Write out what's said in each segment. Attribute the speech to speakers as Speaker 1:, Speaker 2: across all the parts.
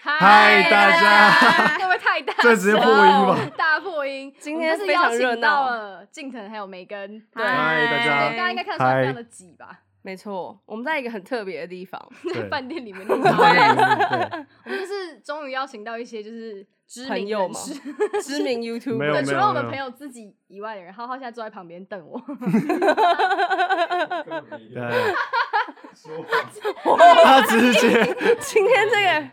Speaker 1: 嗨大
Speaker 2: 家
Speaker 1: 会不会太大声？
Speaker 2: 这直接破音吧
Speaker 1: 大破音！
Speaker 3: 今
Speaker 1: 我们
Speaker 3: 天
Speaker 1: 这次
Speaker 3: 非
Speaker 1: 邀
Speaker 3: 常热
Speaker 1: 请到
Speaker 3: 闹，
Speaker 1: 了静藤还有梅根，对，
Speaker 3: 嗨
Speaker 2: 嗨，大
Speaker 1: 大
Speaker 2: 家，
Speaker 1: 家应该看得出来非常的挤吧？
Speaker 3: 没错，我们在一个很特别的地方，
Speaker 2: 对，
Speaker 1: 饭店里面那
Speaker 2: 对
Speaker 1: 种，
Speaker 2: 对
Speaker 1: 我们就是终于邀请到一些就是知
Speaker 3: 朋
Speaker 1: 名
Speaker 3: 友
Speaker 1: 人
Speaker 3: 吗
Speaker 1: 士，
Speaker 3: 知名 YouTube
Speaker 2: 没有
Speaker 1: 对，除了我们
Speaker 2: 没有
Speaker 1: 朋友自己以外的人，浩浩现在坐在旁边瞪我，
Speaker 2: 对，
Speaker 4: 说
Speaker 2: 他直接
Speaker 3: 今天这个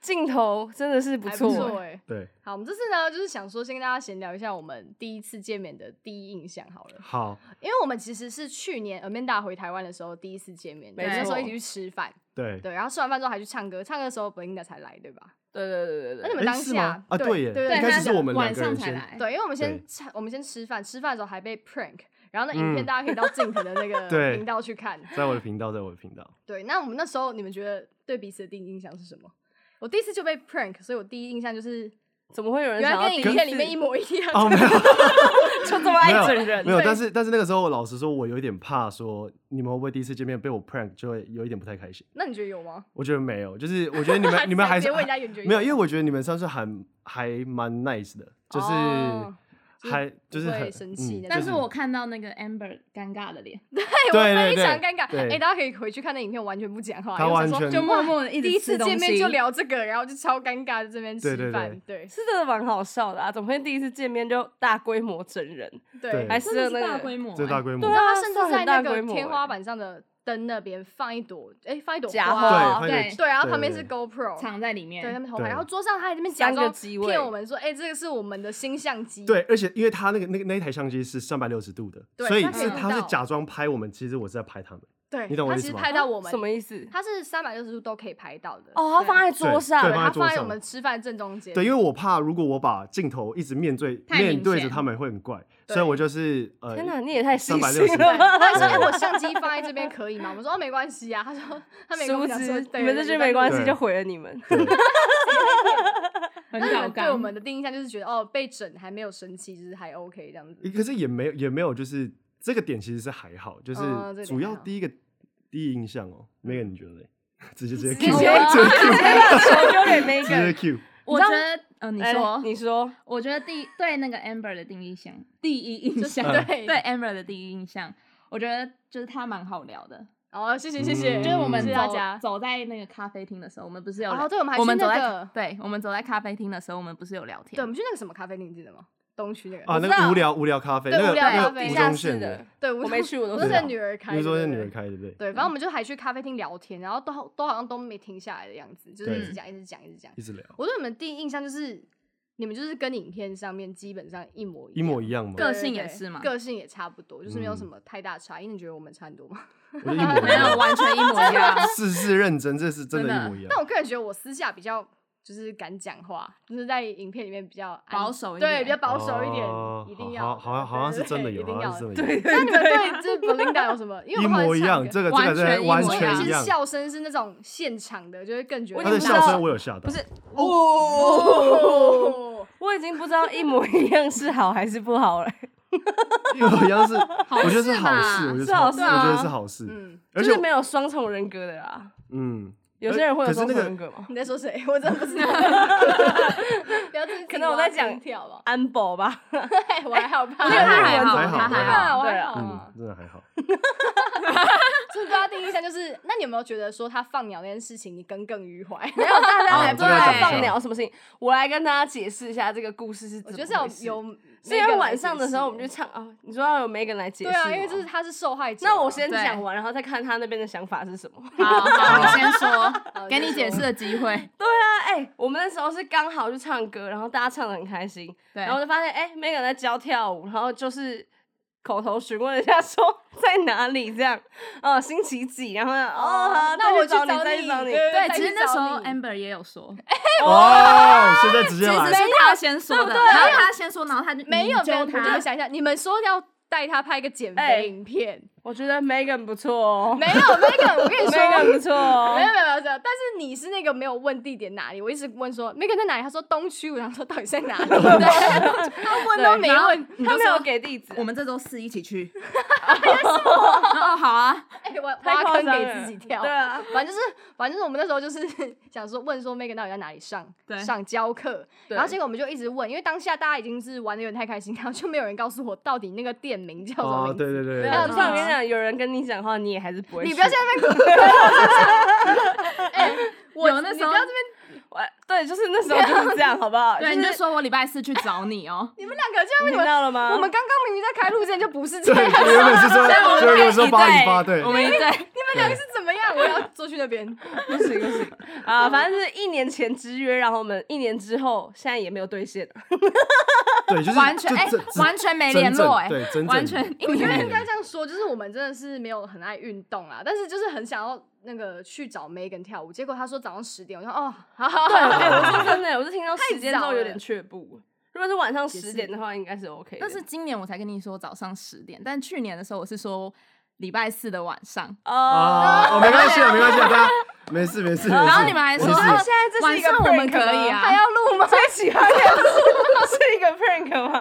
Speaker 3: 镜头真的是不
Speaker 1: 还
Speaker 3: 错，
Speaker 1: 错哎。
Speaker 2: 对，
Speaker 1: 好，我们这次呢，就是想说先跟大家闲聊一下我们第一次见面的第一印象好了。
Speaker 2: 好，
Speaker 1: 因为我们其实是去年 Amanda 回台湾的时候第一次见面，对，
Speaker 3: 没
Speaker 1: 那时候
Speaker 3: 错
Speaker 1: 一起去吃饭，
Speaker 2: 对，
Speaker 1: 对，然后吃完饭之后还去唱歌，唱歌的时候 Belinda 才来，对吧？
Speaker 3: 对对对
Speaker 1: 那
Speaker 3: 对
Speaker 1: 你
Speaker 3: 对，
Speaker 1: 们
Speaker 2: 诶
Speaker 1: 当
Speaker 2: 是
Speaker 1: 下
Speaker 2: 吗啊，
Speaker 1: 对
Speaker 2: 对耶，
Speaker 1: 对
Speaker 2: 一
Speaker 1: 对
Speaker 2: 开始
Speaker 1: 那
Speaker 2: 是我们两
Speaker 4: 晚
Speaker 2: 个人
Speaker 4: 上才
Speaker 2: 先，
Speaker 4: 来，
Speaker 1: 对，因为我们先
Speaker 2: 对
Speaker 1: 唱，我们先吃饭，吃饭的时候还被 prank，然后那影片
Speaker 2: 嗯
Speaker 1: 大家可以到镜头的那个
Speaker 2: 对
Speaker 1: 频道去看。
Speaker 2: 在我的频道，在我的频道，
Speaker 1: 对，那我们那时候你们觉得对彼此的第一印象是什么？我第一次就被 prank，所以我第一印象就是
Speaker 3: 怎么会有人
Speaker 1: 原
Speaker 3: 想
Speaker 1: 来
Speaker 3: 要
Speaker 1: 跟
Speaker 3: 第一
Speaker 1: 影
Speaker 3: 次
Speaker 1: 片里面一模一样。
Speaker 2: 哦，没有，
Speaker 3: 就这么爱整人？
Speaker 2: 没有，
Speaker 1: 对
Speaker 2: 但是但是那个时候，我老实说，我有一点怕，说你们会不会第一次见面被我 prank，就会有一点不太开心。
Speaker 1: 那你觉得有吗？
Speaker 2: 我觉得没有，就是我觉得你们你们还
Speaker 1: 直
Speaker 2: 是
Speaker 1: 接问人家原觉得
Speaker 2: 没有，因为我觉得你们算是还还蛮 nice 的，就是
Speaker 1: 哦就是
Speaker 2: 还
Speaker 1: 不
Speaker 2: 就是
Speaker 1: 会
Speaker 2: 很
Speaker 1: 生气那
Speaker 2: 嗯
Speaker 1: 种
Speaker 4: 但是我看到那个 Amber 尴尬的脸，
Speaker 2: 对对
Speaker 1: 非
Speaker 2: 对
Speaker 1: 常尴尬。
Speaker 2: 对
Speaker 1: 哎、大家可以回去看那影片，我完全不讲话，
Speaker 2: 他
Speaker 1: 因为我
Speaker 2: 完
Speaker 1: 想说
Speaker 2: 全
Speaker 4: 就默默的一直
Speaker 1: 第一次
Speaker 4: 吃东
Speaker 1: 见面
Speaker 4: 西
Speaker 1: 就聊这个，然后就超尴尬，在这边吃
Speaker 2: 对对
Speaker 1: 饭，对
Speaker 3: 是真的蛮好笑的啊！怎么会第一次见面就大规模整人？
Speaker 1: 对。
Speaker 2: 对
Speaker 1: 然
Speaker 3: 还
Speaker 4: 真
Speaker 3: 吃了
Speaker 4: 的哎是
Speaker 3: 那
Speaker 4: 大
Speaker 3: 个
Speaker 4: 规模欸，
Speaker 2: 这大规模
Speaker 3: 对
Speaker 1: 后
Speaker 3: 啊
Speaker 1: 他甚
Speaker 3: 算
Speaker 1: 至
Speaker 3: 很
Speaker 1: 在
Speaker 3: 大
Speaker 1: 那个
Speaker 3: 规模
Speaker 1: 天
Speaker 3: 欸
Speaker 1: 花板上的灯那边放一朵，哎，放一朵
Speaker 3: 假
Speaker 1: 花，
Speaker 3: 花哦
Speaker 2: 对换一个
Speaker 4: 对
Speaker 1: 对，然后旁边
Speaker 2: 对
Speaker 1: 是 GoPro，
Speaker 4: 藏在里
Speaker 1: 对，他
Speaker 4: 面，
Speaker 1: 们头发，
Speaker 2: 对
Speaker 1: 然后桌上他还在那边假
Speaker 3: 三个
Speaker 1: 装
Speaker 3: 机位
Speaker 1: 骗我们说，哎，这个是我们的新相机，
Speaker 2: 对，而且因为他那个那个那一台相机是三百六十度的，
Speaker 1: 对
Speaker 2: 所以
Speaker 1: 他
Speaker 4: 看
Speaker 2: 是
Speaker 4: 不
Speaker 2: 他是
Speaker 1: 到
Speaker 2: 假装拍我们，其实我是在拍他们。
Speaker 1: 对，
Speaker 2: 你懂我
Speaker 1: 他
Speaker 2: 意
Speaker 1: 其
Speaker 2: 思
Speaker 1: 实
Speaker 2: 吗
Speaker 1: 拍到我们
Speaker 3: 什，么意思？
Speaker 1: 他是三百六十度都可以拍到的，
Speaker 3: 哦，他
Speaker 1: 对
Speaker 3: 放在桌上
Speaker 2: 对，
Speaker 1: 对，
Speaker 2: 放在
Speaker 1: 他
Speaker 2: 桌
Speaker 1: 放在我
Speaker 2: 上
Speaker 1: 们吃饭正中间，
Speaker 2: 对，因为我怕如果我把镜头一直面对
Speaker 4: 太明
Speaker 2: 面对着
Speaker 4: 显
Speaker 2: 他们会很怪，
Speaker 1: 对
Speaker 2: 所以我就是呃，
Speaker 3: 天哪，你也太细
Speaker 2: 360
Speaker 3: 心了
Speaker 1: 他
Speaker 3: 吧！
Speaker 1: 还说：“哎、我相机放在这边可以吗？”我们说：“哦，没关系啊。”他说：“ 他没跟我
Speaker 3: 殊不
Speaker 1: 讲
Speaker 3: 知
Speaker 1: 说，
Speaker 3: 你们这句没关系
Speaker 2: 对
Speaker 3: 就毁了你们。
Speaker 2: 对
Speaker 1: 系
Speaker 4: 很搞
Speaker 1: 对我
Speaker 4: 纲。
Speaker 1: 们的第一印象就是觉得哦，被整还没有生气，就是还 OK 这样子。
Speaker 2: 可是也没有也没有，就是这个点其实是还好，就是
Speaker 1: 哦这个点
Speaker 2: 主要
Speaker 1: 还好
Speaker 2: 第一个第一印象哦，那个你觉得嘞？ 直接直接
Speaker 3: 直接
Speaker 2: Q，
Speaker 3: 直接
Speaker 4: 哦
Speaker 3: 把球丢给梅
Speaker 2: 直
Speaker 3: 根
Speaker 2: 接。Q，
Speaker 4: 我觉得，呃，你
Speaker 3: 来
Speaker 4: 说，
Speaker 3: 哎你说，
Speaker 4: 我觉得第对那个 Amber 的第一印象， 第一印
Speaker 1: 就是
Speaker 4: 象，
Speaker 1: 对
Speaker 4: 对 Amber 的第一印象，我觉得就是他蛮好聊的，
Speaker 1: 哦，谢谢谢谢，
Speaker 2: 嗯
Speaker 4: 就是我们
Speaker 1: 谢谢
Speaker 4: 走
Speaker 1: 大家。
Speaker 4: 走在那个咖啡厅的时候，我们不是有
Speaker 1: 哦
Speaker 4: 聊
Speaker 1: 对我们还去
Speaker 4: 我们走
Speaker 1: 那
Speaker 4: 在
Speaker 1: 个
Speaker 4: 对我们走在咖啡厅的时候，我们不是有聊天
Speaker 1: 对，我们去那个什么咖啡厅，你记得吗？东区那个
Speaker 2: 啊，那
Speaker 3: 知道
Speaker 2: 个无聊无聊咖啡，
Speaker 1: 对
Speaker 2: 那
Speaker 1: 无
Speaker 2: 个
Speaker 1: 聊
Speaker 2: 那
Speaker 1: 咖
Speaker 2: 个
Speaker 1: 啡
Speaker 3: 地
Speaker 2: 吴
Speaker 1: 下
Speaker 3: 下
Speaker 2: 宗
Speaker 3: 室
Speaker 2: 宪
Speaker 3: 的，
Speaker 1: 对，我
Speaker 3: 我没去我都
Speaker 1: 我
Speaker 3: 不
Speaker 1: 是
Speaker 3: 知
Speaker 1: 在
Speaker 3: 道
Speaker 1: 女儿开
Speaker 2: 你
Speaker 1: 的，
Speaker 2: 是说是
Speaker 1: 对
Speaker 2: 女儿。开的对不对？
Speaker 1: 对，反正我们就还去咖啡厅聊天，然后都都好像都没停下来的样子，就是
Speaker 2: 对
Speaker 1: 一直讲一直讲一直讲
Speaker 2: 一。直聊，
Speaker 1: 我对你们第一印象就是，你们就是跟影片上面基本上一模一
Speaker 2: 一模一样嘛，
Speaker 4: 个
Speaker 1: 对
Speaker 4: 性
Speaker 1: 对
Speaker 4: 也是吗
Speaker 1: 个性也差不多，就是没有
Speaker 2: 嗯
Speaker 1: 什么太大差异。你觉得我们差很多吗？
Speaker 2: 我觉得一模一
Speaker 4: 没有
Speaker 2: 样，
Speaker 4: 完全一模一样，
Speaker 2: 事事认真，这是真的
Speaker 4: 真
Speaker 2: 一
Speaker 4: 的
Speaker 2: 模一样
Speaker 1: 但。我个人觉得我私下比较就是敢讲话，就是在影片里面比较安
Speaker 4: 保守一点
Speaker 1: 对，比较保守一点，
Speaker 2: 哦
Speaker 1: 一定要
Speaker 2: 好
Speaker 1: 的，
Speaker 2: 好像好像是
Speaker 1: 对对
Speaker 2: 真的
Speaker 1: 对
Speaker 2: 有，
Speaker 1: 一定
Speaker 2: 好
Speaker 1: 要
Speaker 2: 像是真的有，
Speaker 3: 对
Speaker 1: 那
Speaker 3: 对
Speaker 1: 你们
Speaker 3: 对，
Speaker 1: 对这 Belinda 有什么？因为
Speaker 2: 一
Speaker 1: 我后来
Speaker 2: 模一
Speaker 1: 唱
Speaker 2: 样，
Speaker 1: 歌
Speaker 2: 这个
Speaker 4: 完
Speaker 2: 这个
Speaker 4: 全
Speaker 2: 真的
Speaker 4: 一
Speaker 2: 完
Speaker 4: 模
Speaker 1: 而
Speaker 2: 全
Speaker 4: 一
Speaker 1: 且
Speaker 4: 样
Speaker 2: 一
Speaker 1: 是
Speaker 2: 样，
Speaker 1: 笑声是那种现场的，就会更觉得
Speaker 3: 我
Speaker 2: 他
Speaker 3: 已
Speaker 2: 的
Speaker 3: 经
Speaker 2: 笑
Speaker 3: 不知
Speaker 2: 声
Speaker 3: 道
Speaker 2: 我有吓到，
Speaker 3: 不是
Speaker 1: 哦，
Speaker 3: 我已经不知道一模一样是好还是不 好了。
Speaker 2: 一模一样是，
Speaker 4: 好
Speaker 2: 我觉得是
Speaker 4: 事
Speaker 2: 好事，
Speaker 4: 吧
Speaker 2: 我
Speaker 3: 是好
Speaker 2: 觉得好
Speaker 3: 事
Speaker 2: 事，我觉得
Speaker 3: 啊
Speaker 2: 是好 事，
Speaker 1: 嗯，
Speaker 2: 而
Speaker 3: 就
Speaker 2: 且
Speaker 3: 是
Speaker 2: 我
Speaker 3: 没有双重人格的啦。
Speaker 2: 嗯，
Speaker 3: 有些人会有
Speaker 2: 可是
Speaker 3: 双
Speaker 2: 那
Speaker 3: 重
Speaker 2: 个
Speaker 3: 人格吗？
Speaker 1: 你在说谁？我真的不知道， 不要自己
Speaker 3: 可能我在讲
Speaker 1: 跳吧，
Speaker 3: 安保吧，
Speaker 1: 哎我还好怕，
Speaker 3: 那个日文
Speaker 2: 好
Speaker 3: 怎么
Speaker 2: 还好
Speaker 3: 讲
Speaker 2: 还
Speaker 1: 对啊
Speaker 2: 好
Speaker 1: 我
Speaker 3: 对
Speaker 1: 还
Speaker 3: 啊
Speaker 1: 好啊
Speaker 2: 嗯，。真的还好，
Speaker 1: 就是大家第一印象就是，那你有没有觉得说他放鸟那件事情你耿耿于怀？
Speaker 3: 没有大家
Speaker 2: 哦
Speaker 3: 还
Speaker 2: 这
Speaker 3: 啊不
Speaker 2: 个
Speaker 3: 知
Speaker 2: 要
Speaker 3: 道
Speaker 2: 讲一下
Speaker 3: 放鸟什么事情，我来跟大家解释一下这个故事是怎
Speaker 1: 我
Speaker 3: 么
Speaker 1: 觉
Speaker 3: 回
Speaker 1: 得
Speaker 3: 事。
Speaker 1: 是有有，
Speaker 3: 是因为晚上的时候我们就唱啊，你说要有 Megan 来解
Speaker 1: 哦对
Speaker 3: 释
Speaker 1: 啊，
Speaker 3: 吗，
Speaker 1: 因为这是他是受害者啊。
Speaker 3: 那我先
Speaker 4: 对
Speaker 3: 讲完，然后再看他那边的想法是什么。
Speaker 4: 好，好，你先
Speaker 1: 好
Speaker 4: 说，给
Speaker 1: 你
Speaker 4: 你
Speaker 1: 先
Speaker 4: 解释的机 会。
Speaker 3: 那哎、我们那时候是刚好去唱歌，然后大家唱的很开心，
Speaker 4: 对
Speaker 3: 然，后就发现哎、m e g a n 在教跳舞，然后就是口头询问一下说 在哪里这样，哦，星期几，然后呢哦，好
Speaker 1: 那我去
Speaker 3: 再去
Speaker 1: 找
Speaker 3: 找你，再
Speaker 1: 你
Speaker 3: 去找你，
Speaker 1: 对再
Speaker 4: 对，其
Speaker 1: 去
Speaker 4: 实那
Speaker 1: 找
Speaker 4: 时候
Speaker 1: 你
Speaker 4: Amber 也有说，
Speaker 2: 哦，现在直
Speaker 4: 其
Speaker 2: 接
Speaker 4: 实
Speaker 2: 来，
Speaker 4: 是他先说的，然后他先说，然后他就
Speaker 1: 没有
Speaker 4: 你
Speaker 1: 没
Speaker 4: 揪
Speaker 1: 有，我就
Speaker 4: 他，
Speaker 1: 想一下，你们说要带他拍一个减
Speaker 3: 哎
Speaker 1: 肥影片。
Speaker 3: 我觉得 Megan 不错哦
Speaker 1: 没有 Megan，我跟你说
Speaker 3: ，Megan 不错哦
Speaker 1: 没有没有没有，但是你是那个没有问地点哪里，我一直问说 Megan 在哪里，他说东区，我想说到底在 哪里，对他问都没
Speaker 4: 然后
Speaker 1: 问。
Speaker 4: 你
Speaker 3: 他
Speaker 4: 就
Speaker 3: 没有
Speaker 4: 说
Speaker 3: 给地址啊，
Speaker 4: 我们这周四一起 去，哦好啊，
Speaker 1: 哎、我
Speaker 3: 太
Speaker 1: 挖
Speaker 3: 夸
Speaker 1: 坑
Speaker 3: 张
Speaker 1: 给
Speaker 3: 了
Speaker 1: 自己跳。
Speaker 3: 对啊，
Speaker 1: 反正就是，反正就是我们那时候就是 想说问说 Megan 到底在哪里上
Speaker 4: 对
Speaker 1: 上教课，
Speaker 4: 对
Speaker 1: 然后结果我们就一直问，因为当下大家已经是玩的有点太开心，然后就没有人告诉我到底那个店名叫什么
Speaker 2: 哦，
Speaker 1: 名字。
Speaker 2: 对对
Speaker 3: 对
Speaker 2: 对对，
Speaker 3: 啊，
Speaker 4: 嗯
Speaker 3: 就像我跟你讲，有人跟你讲话，你也还是不会去。
Speaker 1: 你不要在 那边滚，
Speaker 4: 我那时候
Speaker 1: 你不要，
Speaker 3: 我对，就是那时候就是这样，好不好？
Speaker 4: 对，
Speaker 3: 就
Speaker 4: 你
Speaker 3: 是
Speaker 4: 就说我礼拜四去找你哦
Speaker 1: 你们两个这样，
Speaker 3: 你
Speaker 1: 你
Speaker 3: 听
Speaker 1: 们
Speaker 3: 到了吗？
Speaker 1: 我们刚刚明明在开录之前就不是这
Speaker 2: 对，
Speaker 1: 样，
Speaker 2: 就原本是说，就原本说八零八，对
Speaker 4: 我，们一
Speaker 1: 你
Speaker 4: 对，
Speaker 1: 们两个是怎么样？我要坐去那 边。
Speaker 3: 不行不行啊，反正是一年前之约，然后我们一年之后，现在也没有兑现。
Speaker 2: 对，就是
Speaker 4: 完全
Speaker 2: 就
Speaker 4: 哎
Speaker 2: 这这，
Speaker 4: 完全没
Speaker 2: 真
Speaker 4: 联络
Speaker 2: 正
Speaker 4: 哎，
Speaker 2: 对，真正
Speaker 4: 完全一
Speaker 1: 我觉得
Speaker 4: 年
Speaker 1: 应该这样说，就是我们真的是没有很爱运动啊，但是就是很想要那个去找 Megan 跳舞。结果他说早上十点，我说哦，好好
Speaker 3: 对，
Speaker 1: 好，
Speaker 3: 哎、我说真的，我是听到时间之
Speaker 1: 早
Speaker 3: 后有
Speaker 1: 了
Speaker 3: 点却步。如果是晚上
Speaker 4: 也
Speaker 3: 十
Speaker 4: 是
Speaker 3: 点的话，应该是 OK 的。
Speaker 4: 但是今年我才跟你说早上十点，但去年的时候我是说礼拜四的晚上，
Speaker 3: 哦，
Speaker 2: 啊，哦，没关系啊，没关系啊，大家没事没事。
Speaker 4: 然后
Speaker 2: 没事
Speaker 4: 你们还说
Speaker 2: 没事
Speaker 4: 啊
Speaker 3: 哦现在这是
Speaker 4: 晚
Speaker 3: 一个
Speaker 4: 上我们
Speaker 3: prank
Speaker 4: 可以
Speaker 3: 吗
Speaker 4: 啊，
Speaker 1: 还要录吗？
Speaker 3: 最喜欢的是是一个 prank 吗？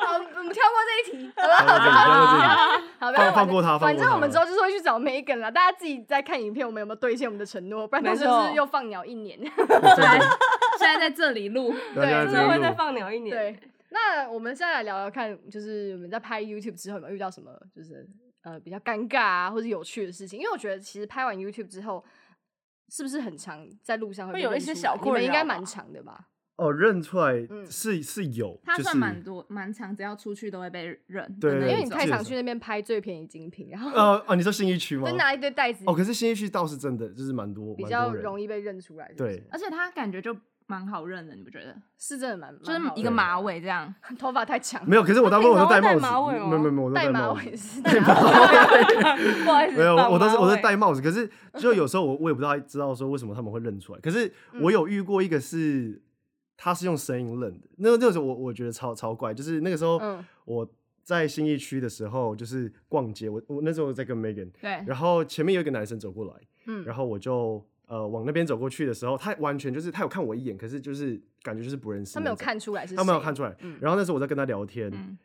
Speaker 1: 好，我们跳过这一题，好
Speaker 2: 好
Speaker 1: 吧？
Speaker 2: 了这里好了这里
Speaker 1: 好，不
Speaker 2: 放
Speaker 1: 要
Speaker 2: 放过他放过他
Speaker 1: 反正我们之后就是会去找 Megan 啦，大家自己再看影片，我们有没有兑现我们的承诺？不然他
Speaker 3: 没错
Speaker 1: 就是又放鸟一 年。
Speaker 2: 真的
Speaker 4: 现在在这里录，
Speaker 2: 大家
Speaker 1: 对
Speaker 2: 这
Speaker 3: 真
Speaker 2: 样
Speaker 3: 的会
Speaker 2: 录
Speaker 3: 再放鸟一年。
Speaker 1: 对，那我们现在来聊聊看，就是我们在拍 YouTube 之后有没有遇到什么，就是呃比较尴尬啊，或者有趣的事情？因为我觉得其实拍完 YouTube 之后，是不是很常在路上会
Speaker 3: 会
Speaker 1: 被
Speaker 3: 有一
Speaker 1: 认
Speaker 3: 些
Speaker 1: 出
Speaker 3: 小
Speaker 1: 来你
Speaker 3: 困
Speaker 1: 们应该
Speaker 3: 扰
Speaker 1: 蛮
Speaker 3: 吧
Speaker 1: 长的吧？
Speaker 2: 哦，认出来
Speaker 1: 嗯
Speaker 2: 是是有，
Speaker 4: 他
Speaker 2: 就是
Speaker 4: 算蛮多蛮长，只要出去都会被认。
Speaker 2: 对
Speaker 4: 真的
Speaker 1: 因为你
Speaker 4: 有
Speaker 2: 这
Speaker 1: 太
Speaker 2: 个
Speaker 1: 常
Speaker 2: 是
Speaker 1: 去那边拍最便宜精品，然后
Speaker 2: 呃哦，你说新一区吗
Speaker 1: 就？拿一堆袋子，
Speaker 2: 哦，可是新一区倒是真的，就是蛮多，
Speaker 1: 啊比
Speaker 2: 蛮
Speaker 1: 较
Speaker 2: 多人
Speaker 1: 容易被认出来是不是。
Speaker 2: 对
Speaker 4: 而且他感觉就蛮好认的，你不觉得？
Speaker 1: 啊是真的蛮，
Speaker 4: 就
Speaker 1: 蛮好
Speaker 4: 是一个
Speaker 1: 的
Speaker 4: 马尾这样，
Speaker 1: 头发太长，
Speaker 2: 没有，可是我大部分我都戴帽
Speaker 3: 平常会戴马尾
Speaker 2: 子，
Speaker 3: 吗
Speaker 2: 没有没有没有，我都
Speaker 1: 戴
Speaker 2: 戴
Speaker 1: 马尾，是
Speaker 2: 子 戴
Speaker 1: 戴马尾
Speaker 3: 不好意 思，
Speaker 2: 没有，
Speaker 3: 放
Speaker 2: 我都是
Speaker 3: 马
Speaker 2: 我是
Speaker 3: 尾
Speaker 2: 戴帽子，可是就有时候我我也不知道知道说为什么他们会认出来，可是我有遇过一个是他是用声音认的，那那个时候我我觉得超超怪，就是那个时候
Speaker 1: 嗯
Speaker 2: 我在新义区的时候就是逛街，我我那时候我在跟 Megan，
Speaker 4: 对，
Speaker 2: 然后前面有一个男生走过来，
Speaker 1: 哎嗯
Speaker 2: 然后我就。呃，往那边走过去的时候，他完全就是他有看我一眼，可是就是感觉就是不认识。
Speaker 1: 他没有，看出来是谁，
Speaker 2: 他没有看出来。
Speaker 1: 嗯
Speaker 2: 然后那时候我在跟他聊天，
Speaker 4: 嗯，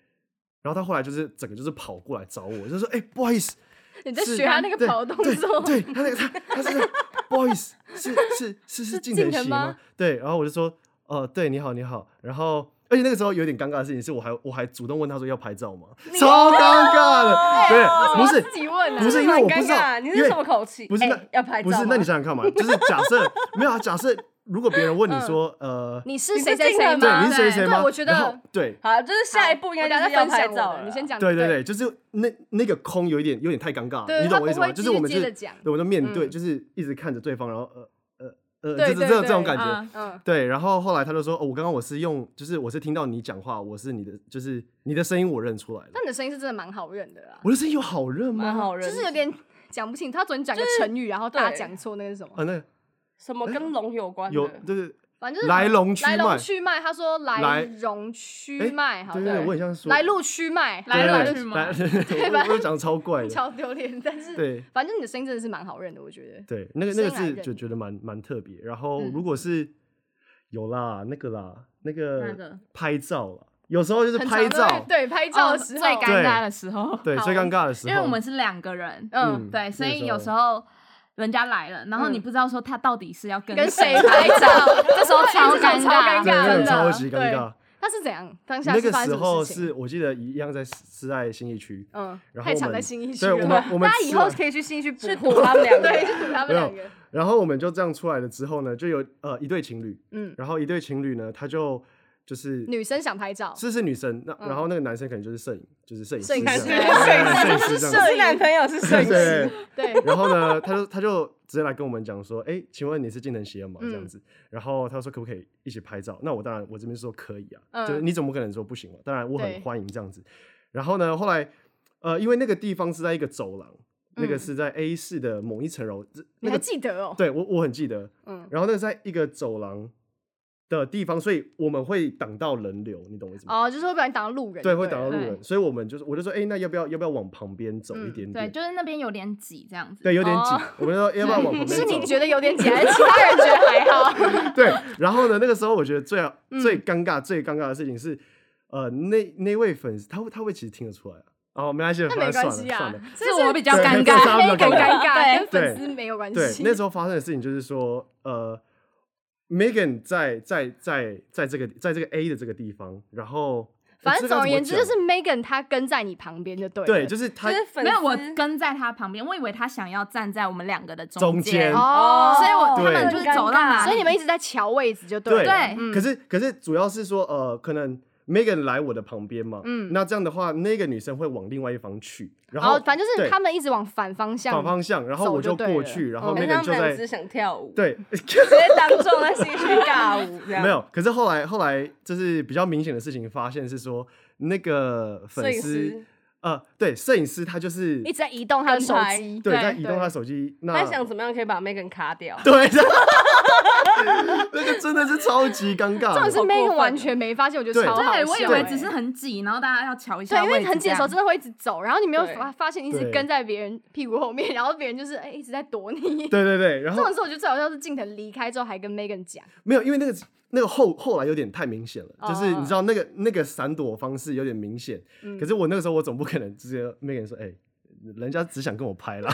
Speaker 2: 然后他后来就是整个就是跑过来找我，就说：“哎、不好意思，
Speaker 1: 你在
Speaker 2: 是
Speaker 1: 学他那个
Speaker 2: 对
Speaker 1: 跑动
Speaker 2: 对
Speaker 1: 作，
Speaker 2: 对他那个他他是不好意思，是是是是进
Speaker 1: 进
Speaker 2: 藤
Speaker 1: 藤
Speaker 2: 喜
Speaker 1: 吗
Speaker 2: 吗？对，然后我就说，呃，对，你好，你好。然后，而且那个时候有点尴尬的事情是，我还我还主动问他说要拍照吗？
Speaker 3: 哦
Speaker 2: 超尴尬的，对，不是
Speaker 1: 自己问啊
Speaker 2: 不，是因为我不
Speaker 3: 蛮
Speaker 2: 知
Speaker 3: 尴
Speaker 2: 道，
Speaker 3: 尬，你是什么口气？
Speaker 2: 不是
Speaker 3: 哎
Speaker 2: 那
Speaker 3: 要拍照
Speaker 2: 不
Speaker 3: 吗？
Speaker 2: 是，那你想想看嘛，就是假设没有啊，假设如果别人问你说，呃，
Speaker 1: 嗯你是
Speaker 3: 你
Speaker 1: 谁
Speaker 3: 是
Speaker 1: 谁
Speaker 3: 进
Speaker 1: 谁
Speaker 3: 藤
Speaker 1: 吗
Speaker 2: 对，？你是谁谁
Speaker 4: 对
Speaker 2: 吗？
Speaker 1: 对我觉得嗯
Speaker 2: 然后对，
Speaker 3: 好，就是下一步应该
Speaker 1: 大
Speaker 3: 就
Speaker 1: 家
Speaker 3: 是要
Speaker 1: 分
Speaker 3: 拍
Speaker 1: 享
Speaker 3: 照
Speaker 1: 我
Speaker 3: 了。
Speaker 1: 的，你先。讲。
Speaker 2: 对对对，就是那那个空有一点有点太尴尬
Speaker 1: 对
Speaker 2: 了，你懂
Speaker 1: 他
Speaker 2: 我意
Speaker 1: 不
Speaker 2: 思吗？
Speaker 1: 会
Speaker 2: 就
Speaker 1: 继
Speaker 2: 是
Speaker 1: 续
Speaker 2: 我们就
Speaker 1: 接着
Speaker 2: 是
Speaker 1: 讲
Speaker 2: 对，我们就面对，
Speaker 1: 嗯
Speaker 2: 就是一直看着对方，然后呃呃呃，
Speaker 1: 对
Speaker 2: 就是
Speaker 1: 对
Speaker 2: 这种这种
Speaker 1: 对
Speaker 2: 感觉
Speaker 4: 啊。
Speaker 1: 嗯，
Speaker 2: 对，然后后来他就说，哦，我刚刚我是用，就是我是听到你讲话，我是你的，就是你的声音我认出来了
Speaker 1: 但。你的声音是真的蛮好认的啦，
Speaker 2: 我的声音有好认
Speaker 3: 蛮
Speaker 2: 吗？
Speaker 3: 好认
Speaker 1: 就
Speaker 3: 识，
Speaker 1: 是有点讲不清。他昨天讲一个成语，然后大家讲错那个是什么？
Speaker 2: 啊，那
Speaker 3: 什么跟龙有关的？
Speaker 2: 有就是
Speaker 1: 反正就是
Speaker 2: 来龙去
Speaker 1: 来龙
Speaker 2: 脉
Speaker 1: 去脉。他说来
Speaker 2: 来
Speaker 1: 龙去脉，好
Speaker 2: 对
Speaker 1: 像
Speaker 2: 对，我很像说
Speaker 1: 来路去脉，
Speaker 4: 来龙
Speaker 2: 对
Speaker 4: 去脉
Speaker 2: 来 我我讲得超怪的，
Speaker 1: 超丢脸。但是
Speaker 2: 对
Speaker 1: 反正你的声音真的是蛮好认的，我觉得。
Speaker 2: 对，那个
Speaker 1: 声
Speaker 2: 那个
Speaker 1: 来
Speaker 2: 是
Speaker 1: 认
Speaker 2: 就觉得蛮蛮特别。然后
Speaker 4: 嗯
Speaker 2: 如果是有啦，那个啦，那
Speaker 4: 那
Speaker 2: 个
Speaker 4: 个
Speaker 2: 拍照啦，有时候就是
Speaker 1: 很常
Speaker 2: 拍
Speaker 1: 都
Speaker 2: 照
Speaker 1: 会，对拍照的
Speaker 4: 哦
Speaker 3: 嗯
Speaker 1: 时候，
Speaker 4: 最尴尬的 时候，
Speaker 2: 对最尴尬的时候，
Speaker 4: 因为我们是两个人，
Speaker 1: 嗯，
Speaker 4: 对，所以
Speaker 2: 那
Speaker 4: 有时候人家来了，然后
Speaker 1: 嗯
Speaker 4: 你不知道说他到底是要跟
Speaker 1: 跟谁
Speaker 4: 谁
Speaker 1: 拍照，
Speaker 4: 这时候超尴
Speaker 1: 超尴
Speaker 4: 尬
Speaker 2: 对
Speaker 1: 尬，
Speaker 2: 那
Speaker 1: 真的
Speaker 2: 种超级
Speaker 1: 对
Speaker 2: 尴尬。
Speaker 1: 他是怎样？当下
Speaker 2: 那个
Speaker 1: 发生
Speaker 2: 时
Speaker 1: 什么
Speaker 2: 候
Speaker 1: 事情
Speaker 2: 是我记得一样在是在新义区，
Speaker 1: 嗯，
Speaker 2: 然后
Speaker 1: 太
Speaker 2: 我
Speaker 1: 常在
Speaker 2: 们
Speaker 1: 新一区
Speaker 2: 对
Speaker 1: 了。
Speaker 2: 我 们我们
Speaker 1: 大家以
Speaker 2: 吃
Speaker 1: 后
Speaker 2: 完
Speaker 1: 可以去新一区补
Speaker 3: 去
Speaker 1: 货
Speaker 3: 堵他们两个
Speaker 1: 对，去堵他们
Speaker 2: 没有
Speaker 1: 两个。
Speaker 2: 然后我们就这样出来了之后呢，就有呃一对情侣，
Speaker 1: 嗯，
Speaker 2: 然后一对情侣呢，他就就是
Speaker 1: 女生想拍照，
Speaker 2: 是是女生，那
Speaker 1: 嗯
Speaker 2: 然后那个男生可能就是摄影，就是摄影
Speaker 1: 摄
Speaker 2: 师
Speaker 1: 影
Speaker 2: 这样，
Speaker 1: 师
Speaker 2: 对
Speaker 3: 摄
Speaker 2: 对
Speaker 1: 师
Speaker 3: 影
Speaker 2: 对摄影师这
Speaker 1: 摄影
Speaker 2: 样子
Speaker 1: 师
Speaker 3: 是男朋友是摄
Speaker 2: 对
Speaker 3: 影师，
Speaker 2: 对。
Speaker 1: 对，
Speaker 2: 然后呢，他就他就直接来跟我们讲说，哎、请问你是进能协吗？这样
Speaker 1: 嗯
Speaker 2: 子，然后他说可不可以一起拍照？那我当然我这边说可以啊，
Speaker 1: 嗯
Speaker 2: 就是你怎么可能说不行嘛？当然我
Speaker 1: 对
Speaker 2: 很欢迎这样子。然后呢，后来呃，因为那个地方是在一个走廊，那个是在 A 市的某一层楼，这
Speaker 1: 嗯你
Speaker 2: 那
Speaker 1: 还
Speaker 2: 个
Speaker 1: 记得哦？
Speaker 2: 对我我很记得。
Speaker 1: 嗯
Speaker 2: 然后那个在一个走廊的地方，所以我们会挡到人流，你懂我意思吗？
Speaker 1: 哦，就是会把你挡到路人，
Speaker 2: 对，
Speaker 1: 对，
Speaker 2: 会挡到路
Speaker 4: 对
Speaker 2: 人，所以我们就是我就说，哎、那要不要要不要往旁边走一
Speaker 1: 嗯
Speaker 2: 点
Speaker 4: 对，
Speaker 2: 点？
Speaker 4: 就是那边有点挤这样子。
Speaker 2: 对，有点挤
Speaker 1: 哦。
Speaker 2: 我们说要不要往旁边 走？
Speaker 1: 是你觉得有点挤，还是 其他人觉得还好？
Speaker 2: 对，然后呢，那个时候我觉得最好、
Speaker 1: 嗯
Speaker 2: 最尴尬、最尴尬的事情是，呃，那那位粉丝他会他会其实听得出来啊，哦，没关系，
Speaker 1: 那
Speaker 2: 反
Speaker 1: 没
Speaker 2: 正算
Speaker 1: 关
Speaker 2: 了
Speaker 1: 系啊
Speaker 2: 算了。，
Speaker 1: 这
Speaker 4: 是我比较
Speaker 2: 对
Speaker 4: 尴
Speaker 2: 对
Speaker 4: 尬，
Speaker 2: 他
Speaker 1: 那
Speaker 2: 们
Speaker 1: 个
Speaker 2: 比较
Speaker 1: 更
Speaker 2: 尴
Speaker 1: 尴尬，
Speaker 4: 对
Speaker 1: 跟粉丝没有关
Speaker 2: 对，
Speaker 1: 系。
Speaker 2: 那时候发生的事情就是说，呃，Megan 在在在在这个在这个 A 的这个地方，然后
Speaker 1: 反正总而言之，就。
Speaker 2: 呃这
Speaker 1: 是
Speaker 2: 个要怎么
Speaker 1: Megan 她跟在你旁边就对
Speaker 2: 讲
Speaker 1: 了。
Speaker 2: 对，就是他
Speaker 3: 就是粉丝
Speaker 4: 没有，我跟在他旁边，我以为他想要站在我们两个的
Speaker 2: 中
Speaker 4: 间
Speaker 2: 间，
Speaker 1: 哦，
Speaker 4: 所以我
Speaker 2: 对
Speaker 4: 他们就是走到哪里，
Speaker 1: 所以你们一直在瞧位置就
Speaker 2: 对嗯
Speaker 1: 了。对，
Speaker 2: 可是可是主要是说，呃，可能 Megan 来我的旁边嘛，
Speaker 1: 嗯
Speaker 2: 那这样的话，那个女生会往另外一方去，然
Speaker 1: 然
Speaker 2: 后
Speaker 1: 后反正就是
Speaker 2: 对
Speaker 1: 他们一直往反方向，
Speaker 2: 反方向，然后我
Speaker 1: 走就对
Speaker 2: 过
Speaker 1: 了
Speaker 2: 去，然后
Speaker 1: 嗯
Speaker 3: 但
Speaker 2: Megan
Speaker 3: 是他
Speaker 2: 就
Speaker 3: 们俩只
Speaker 2: 在
Speaker 3: 想跳舞，
Speaker 2: 对，
Speaker 3: 直接当众在戏剧尬舞这样。
Speaker 2: 没有。可是后来后来就是比较明显的事情，发现是说那个
Speaker 3: 摄
Speaker 2: 粉
Speaker 3: 影
Speaker 2: 丝
Speaker 3: 师，
Speaker 2: 呃，对，摄影师他就是
Speaker 1: 一直在移动他的手机，
Speaker 2: 对在移动他的手机，那
Speaker 3: 他想怎么样可以把 Megan 卡掉？
Speaker 2: 对， 那个真的是超级尴
Speaker 1: 重点是
Speaker 2: 尬。
Speaker 1: Megan 完全没发现，我觉得
Speaker 2: 对
Speaker 1: 超好笑
Speaker 4: 对，我以为
Speaker 1: 欸
Speaker 4: 只是很挤，然后大家要瞧一
Speaker 1: 对，
Speaker 4: 下
Speaker 1: 因
Speaker 4: 位置这样。
Speaker 1: 为很挤的时候真的会一直走，然后你没有
Speaker 3: 对
Speaker 1: 发发现一直
Speaker 2: 对
Speaker 1: 跟在别人屁股后面，然后别人就是哎、一直在躲你。
Speaker 2: 对对对，然
Speaker 1: 这
Speaker 2: 后
Speaker 1: 种事我觉得最好笑是镜头离开之后还跟 Megan 讲，
Speaker 2: 没有，因为那个那个后后来有点太明显了，
Speaker 1: 哦
Speaker 2: 就是你知道那个那个闪躲方式有点明显。
Speaker 1: 嗯
Speaker 2: 可是我那个时候我总不可能直接 Megan 说，哎，人家只想跟我 拍啦，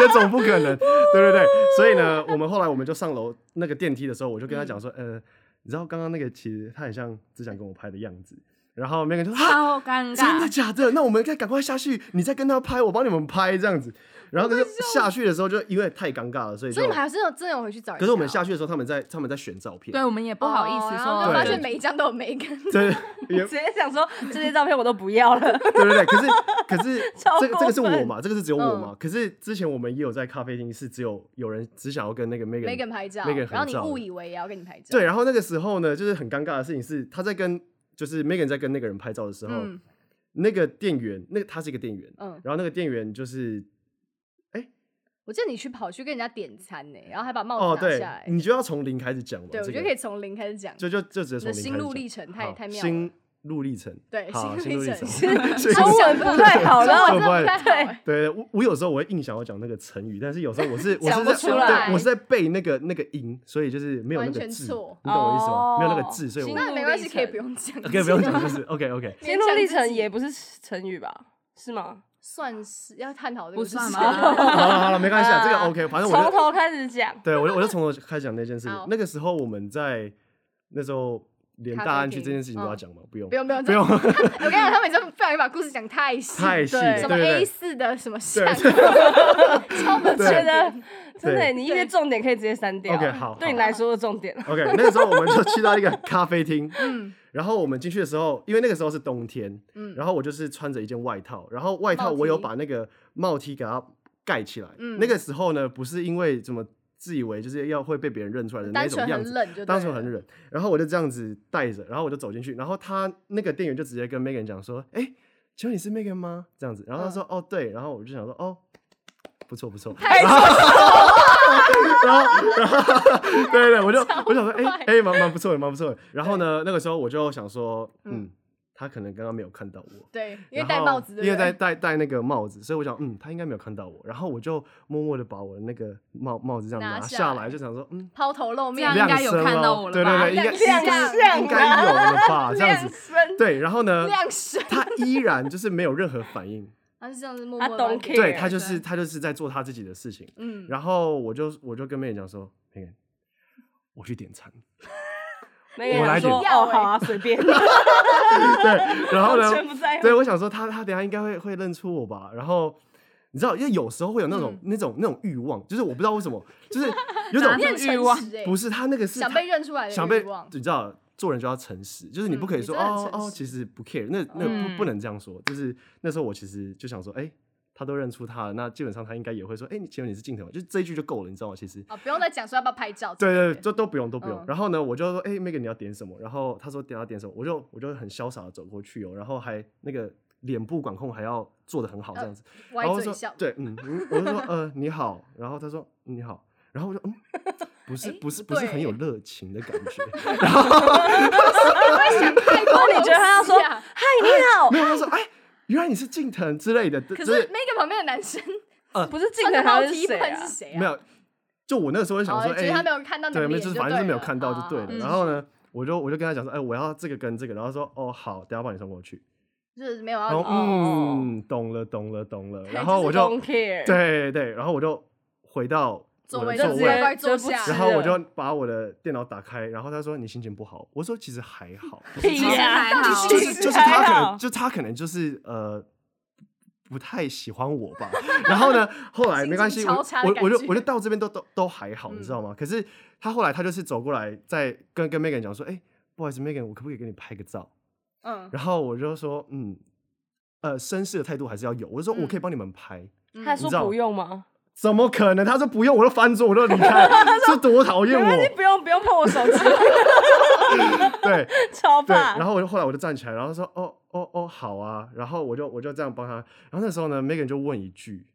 Speaker 2: 也总不可能。对对对，所以呢，我们后来我们就上楼那个电梯的时候，我就跟他讲说，
Speaker 1: 嗯
Speaker 2: 呃，你知道刚刚那个其实他很像只想跟我拍的样子。然后 Megan 就说，啊，
Speaker 4: 超尴
Speaker 2: 真的
Speaker 4: 尬，
Speaker 2: 假的？那我们再赶快下去，你再跟他拍，我帮你们拍这样子。然后可是下去的时候，就因为太尴尬了，所以就
Speaker 1: 所以你们还是有真的有回去找人家哦。
Speaker 2: 可是我们下去的时候，他们在他们在选照片，
Speaker 4: 对我们也不好意
Speaker 1: 哦
Speaker 4: 思
Speaker 1: 然后
Speaker 4: 说，
Speaker 1: 就
Speaker 2: 对
Speaker 1: 发现每一张都有 Megan，
Speaker 2: 对也
Speaker 3: 直接想说这些照片我都不要 了。
Speaker 2: 对对对。可是可是
Speaker 3: 超
Speaker 2: 这个这个是
Speaker 3: 过分
Speaker 2: 我嘛，这个是只有我
Speaker 1: 嗯
Speaker 2: 嘛。可是之前我们也有在咖啡厅是只有有人只想要跟那个
Speaker 1: Megan
Speaker 2: Megan
Speaker 1: 拍照
Speaker 2: Megan 很
Speaker 1: 然后你
Speaker 2: 照
Speaker 1: 误以为也要跟你拍照，
Speaker 2: 对，，啊然后那个时候呢，就是很尴尬的事情是，他在跟就是 Megan 在跟那个人拍照的时候，
Speaker 1: 嗯
Speaker 2: 那个店员，那个他是一个店员，
Speaker 1: 嗯，
Speaker 2: 然后那个店员就是
Speaker 1: 我记得你去跑去跟人家点餐呢、然后还把帽
Speaker 2: 哦，
Speaker 1: 子拿
Speaker 2: 对
Speaker 1: 下来，，
Speaker 2: 你就要从零开始讲嘛。
Speaker 1: 对我
Speaker 2: 这
Speaker 1: 觉
Speaker 2: 个
Speaker 1: 得可以从零开始讲，
Speaker 2: 就就就直接从
Speaker 1: 你的
Speaker 2: 零
Speaker 1: 心
Speaker 2: 开始
Speaker 1: 路
Speaker 2: 讲
Speaker 1: 历程太
Speaker 2: 好
Speaker 1: 太妙了
Speaker 2: 心路历程，
Speaker 1: 对
Speaker 2: 好，
Speaker 1: 心
Speaker 2: 心
Speaker 1: 路
Speaker 2: 路
Speaker 1: 历
Speaker 2: 历
Speaker 1: 程中
Speaker 2: 程，
Speaker 3: 中文不太好
Speaker 1: 中文真，
Speaker 3: 了
Speaker 1: 的不太好、欸，
Speaker 2: 对我，我有时候我会硬想要讲那个成语，但是有时候 我是我
Speaker 3: 讲
Speaker 2: 是
Speaker 3: 不
Speaker 2: 在
Speaker 3: 出
Speaker 2: 对
Speaker 3: 来
Speaker 2: 我是在背那个那个音，所以就是没有
Speaker 1: 完
Speaker 2: 那个
Speaker 1: 全
Speaker 2: 字，你
Speaker 1: 错
Speaker 2: 懂我意思吗？没有那个
Speaker 3: 哦
Speaker 2: 字，所以
Speaker 3: 行
Speaker 2: 我
Speaker 1: 那没关系，
Speaker 3: 心路历
Speaker 1: 可以
Speaker 3: 程
Speaker 1: 不用讲，
Speaker 2: 可以不用讲，就是 OK OK。
Speaker 3: 心路历程也不是成语吧？是吗？
Speaker 1: 算是要探讨这
Speaker 4: 不
Speaker 1: 个事
Speaker 4: 算
Speaker 1: 情。
Speaker 4: 吗？
Speaker 2: 好了好了，没关系啊，这个
Speaker 3: 啊
Speaker 2: OK，反正我
Speaker 3: 从
Speaker 2: 就
Speaker 3: 头开始讲，
Speaker 2: 对我就我就从头开始讲那件事情
Speaker 1: 好。
Speaker 2: 那个时候我们在那时候连
Speaker 1: 咖
Speaker 2: 大
Speaker 1: 啡
Speaker 2: 安区
Speaker 1: 厅
Speaker 2: 这件事情都要
Speaker 1: 嗯
Speaker 2: 讲吗？不用
Speaker 1: 不用不用
Speaker 2: 不用，
Speaker 1: 我跟你讲，他每次不小心把故事讲太细，
Speaker 2: 太细
Speaker 3: 对
Speaker 1: 什
Speaker 2: 了，
Speaker 1: 么
Speaker 2: 对
Speaker 1: A
Speaker 2: 对
Speaker 1: 四的什么像，
Speaker 2: 对
Speaker 1: 超不
Speaker 3: 觉
Speaker 2: 对
Speaker 1: 正
Speaker 3: 得
Speaker 1: 的。
Speaker 3: 真的，
Speaker 2: 对
Speaker 3: 你一些重点可以直接删掉。
Speaker 2: OK，好
Speaker 3: 对
Speaker 2: 好
Speaker 3: 你来说的重点了。
Speaker 2: OK，那个时候我们就去到 一个咖啡厅，
Speaker 1: 嗯
Speaker 2: 然后我们进去的时候，因为那个时候是冬天，
Speaker 1: 嗯
Speaker 2: 然后我就是穿着一件外套，然后外套
Speaker 1: 帽 T
Speaker 2: 我有把那个帽 T 给它盖起来。
Speaker 1: 嗯
Speaker 2: 那个时候呢，不是因为怎么自以为就是要会被别人认出来的那
Speaker 1: 单
Speaker 2: 种
Speaker 1: 纯
Speaker 2: 样
Speaker 1: 很
Speaker 2: 子，
Speaker 1: 冷就对了
Speaker 2: 单纯很冷。然后我就这样子戴着，然后我就走进去，然后他那个店员就直接跟 Megan 讲说：“哎、请问你是 Megan 吗？”这样子，然后他
Speaker 1: 嗯
Speaker 2: 说：“哦，对。”然后我就想说：“哦，不错不错。”
Speaker 1: 太丑，
Speaker 2: 然后，然后，对对对，我就我想说，哎、
Speaker 1: 坏
Speaker 2: 哎、蛮蛮不错的，蛮 不错的。然后呢，那个时候我就想说，嗯，他可能刚刚没有看到我，
Speaker 1: 对，因为
Speaker 2: 然
Speaker 1: 戴
Speaker 2: 后
Speaker 1: 帽子，对
Speaker 2: 因为
Speaker 1: 不
Speaker 2: 戴
Speaker 1: 对？
Speaker 2: 戴戴那个帽子，所以我想，嗯，他应该没有看到我。然后我就默默的把我的那个帽帽子这样
Speaker 1: 拿
Speaker 2: 拿
Speaker 1: 下
Speaker 2: 下
Speaker 1: 来
Speaker 2: 来，就想说，嗯，
Speaker 1: 抛头露面
Speaker 4: 这，样应该有
Speaker 2: 亮声
Speaker 4: 看到
Speaker 2: 咯
Speaker 4: 我了
Speaker 2: 对对
Speaker 4: 吧
Speaker 2: 对，应该
Speaker 1: 亮
Speaker 2: 应该
Speaker 1: 相啊
Speaker 2: 应该有了吧， 这样
Speaker 3: 亮
Speaker 2: 子。
Speaker 3: 声，
Speaker 2: 对，然后呢，
Speaker 1: 亮神，
Speaker 2: 他依然就是没有任何反 应，
Speaker 1: 他是这样子默
Speaker 3: 他
Speaker 1: 默
Speaker 3: don't
Speaker 1: 的，
Speaker 3: care，
Speaker 2: 对他就是
Speaker 4: 对
Speaker 2: 他就是在做他自己的事情。
Speaker 1: 嗯，
Speaker 2: 然后我就我就跟妹妹讲说，妹妹，我去 点餐。
Speaker 3: 没有
Speaker 2: 我来
Speaker 3: 人
Speaker 2: 点
Speaker 3: 说哦，好啊，随便。
Speaker 2: 对， 然 后
Speaker 3: 完全不在
Speaker 2: 呢
Speaker 3: 乎，
Speaker 2: 对我想说他他等一下应该会会认出我吧。然后你知道，因为有时候会有那
Speaker 1: 嗯
Speaker 2: 种、那种那种欲望，就是我不知道为什么，就是 有种
Speaker 4: 哪
Speaker 1: 你
Speaker 4: 里
Speaker 1: 很
Speaker 4: 欲望
Speaker 1: 诚实哎，
Speaker 2: 不是他那个是
Speaker 1: 想
Speaker 2: 他
Speaker 1: 被认出来的
Speaker 2: 想被
Speaker 1: 欲望
Speaker 2: 你知道。做人就要诚实，就是你不可以
Speaker 1: 嗯
Speaker 2: 说、
Speaker 1: 你真的很
Speaker 2: 哦
Speaker 1: 诚
Speaker 2: 哦，
Speaker 1: 实
Speaker 2: 其实不 care，那那不、
Speaker 4: 嗯
Speaker 2: 不能这样说。就是那时候我其实就想说，哎、他都认出他了，那基本上他应该也会说，哎、你请问你是镜头吗，就是这一句就够了，你知道吗？其实
Speaker 1: 啊，不用再讲说要不要拍照，
Speaker 2: 对对，
Speaker 1: 不
Speaker 2: 对，都都不用都不用。
Speaker 1: 嗯
Speaker 2: 然后呢，我就说，哎、m e g a n 你要点什么？然后他说点要点什么，我就我就很潇洒的走过去哦，然后还那个脸部管控还要做的很好这样子，
Speaker 1: 呃歪
Speaker 2: 然后
Speaker 1: 嘴
Speaker 2: 说
Speaker 1: 笑，
Speaker 2: 对，嗯，嗯我就说呃你好，然后他说嗯你好，然后我就嗯 不是
Speaker 1: 诶
Speaker 2: 不是
Speaker 1: 不
Speaker 2: 不是很有
Speaker 1: 对
Speaker 2: 热情的感觉。
Speaker 1: 太多
Speaker 3: 你觉得他要说
Speaker 1: 东西啊
Speaker 3: 嗨，你好，
Speaker 2: 没有，他说哎，原来你是近藤之类的，可
Speaker 1: 可是 Megan 旁边的男生
Speaker 3: 不是进
Speaker 1: 穿着
Speaker 3: 的
Speaker 1: 毛
Speaker 3: 还
Speaker 1: 衣
Speaker 3: 是谁
Speaker 1: 问
Speaker 3: 啊
Speaker 1: 是？谁啊？
Speaker 2: 没有，就我那个时候就想说，
Speaker 1: 哦就是
Speaker 2: 哎，
Speaker 1: 他没有看到你的
Speaker 2: 对，没
Speaker 1: 脸
Speaker 2: 就是
Speaker 1: 就
Speaker 2: 反正就
Speaker 1: 对
Speaker 2: 没有
Speaker 1: 了
Speaker 2: 看到就
Speaker 1: 啊
Speaker 2: 对
Speaker 1: 啊
Speaker 2: 了。
Speaker 4: 啊
Speaker 2: 然后呢，我就我就跟他讲说，哎，我要这个跟这个，然后说哦好，等一下帮你送过去。
Speaker 1: 就是没有
Speaker 2: 然后
Speaker 1: 要
Speaker 3: 哦
Speaker 2: 嗯，懂了懂了懂了。
Speaker 3: 对
Speaker 2: 然
Speaker 1: 哦
Speaker 2: 后我
Speaker 3: 是
Speaker 2: 就
Speaker 3: don't care，
Speaker 2: 对对，然后我就回到
Speaker 1: 座
Speaker 2: 我的
Speaker 1: 位
Speaker 2: 座
Speaker 1: 就直接
Speaker 2: 位，
Speaker 1: 乖乖坐
Speaker 3: 就不
Speaker 1: 下
Speaker 3: 吃
Speaker 2: 然后我
Speaker 3: 了
Speaker 2: 就把我的电脑打开，然后他说你心情不好，我说其实还好，
Speaker 3: 屁
Speaker 4: 其实
Speaker 3: 呀
Speaker 4: 还好
Speaker 2: 就
Speaker 4: 其
Speaker 2: 是
Speaker 4: 实
Speaker 2: 就是他可能就他可能就是呃不太喜欢我吧。然后呢，后来
Speaker 1: 心
Speaker 2: 没关
Speaker 1: 情
Speaker 2: 系，
Speaker 1: 交
Speaker 2: 我
Speaker 1: 叉的
Speaker 2: 我
Speaker 1: 感
Speaker 2: 我就
Speaker 1: 觉
Speaker 2: 我就到这边都都都还好，你知道吗？可是他后来他就是走过来，在跟跟 Megan 讲说，哎，不好意思，Megan，我可不可以给你拍个照？
Speaker 1: 嗯
Speaker 2: 然后我就说，嗯，呃，绅士的态度还是要有。我就说我可以帮你们拍。
Speaker 1: 嗯
Speaker 3: 他
Speaker 2: 你
Speaker 3: 说
Speaker 2: 知道
Speaker 3: 不用吗？
Speaker 2: 怎么可能？他说不用，我就翻桌，我就离开，这多讨厌
Speaker 3: 没关系，
Speaker 2: 我！
Speaker 3: 不用不用碰我手 机，
Speaker 2: 对，
Speaker 3: 超
Speaker 2: 对，
Speaker 3: 怕
Speaker 2: 然。后我就后来我就站起来，然后说哦哦哦好啊，然后我就我就这样帮他，然后那时候呢，Megan 就问一句，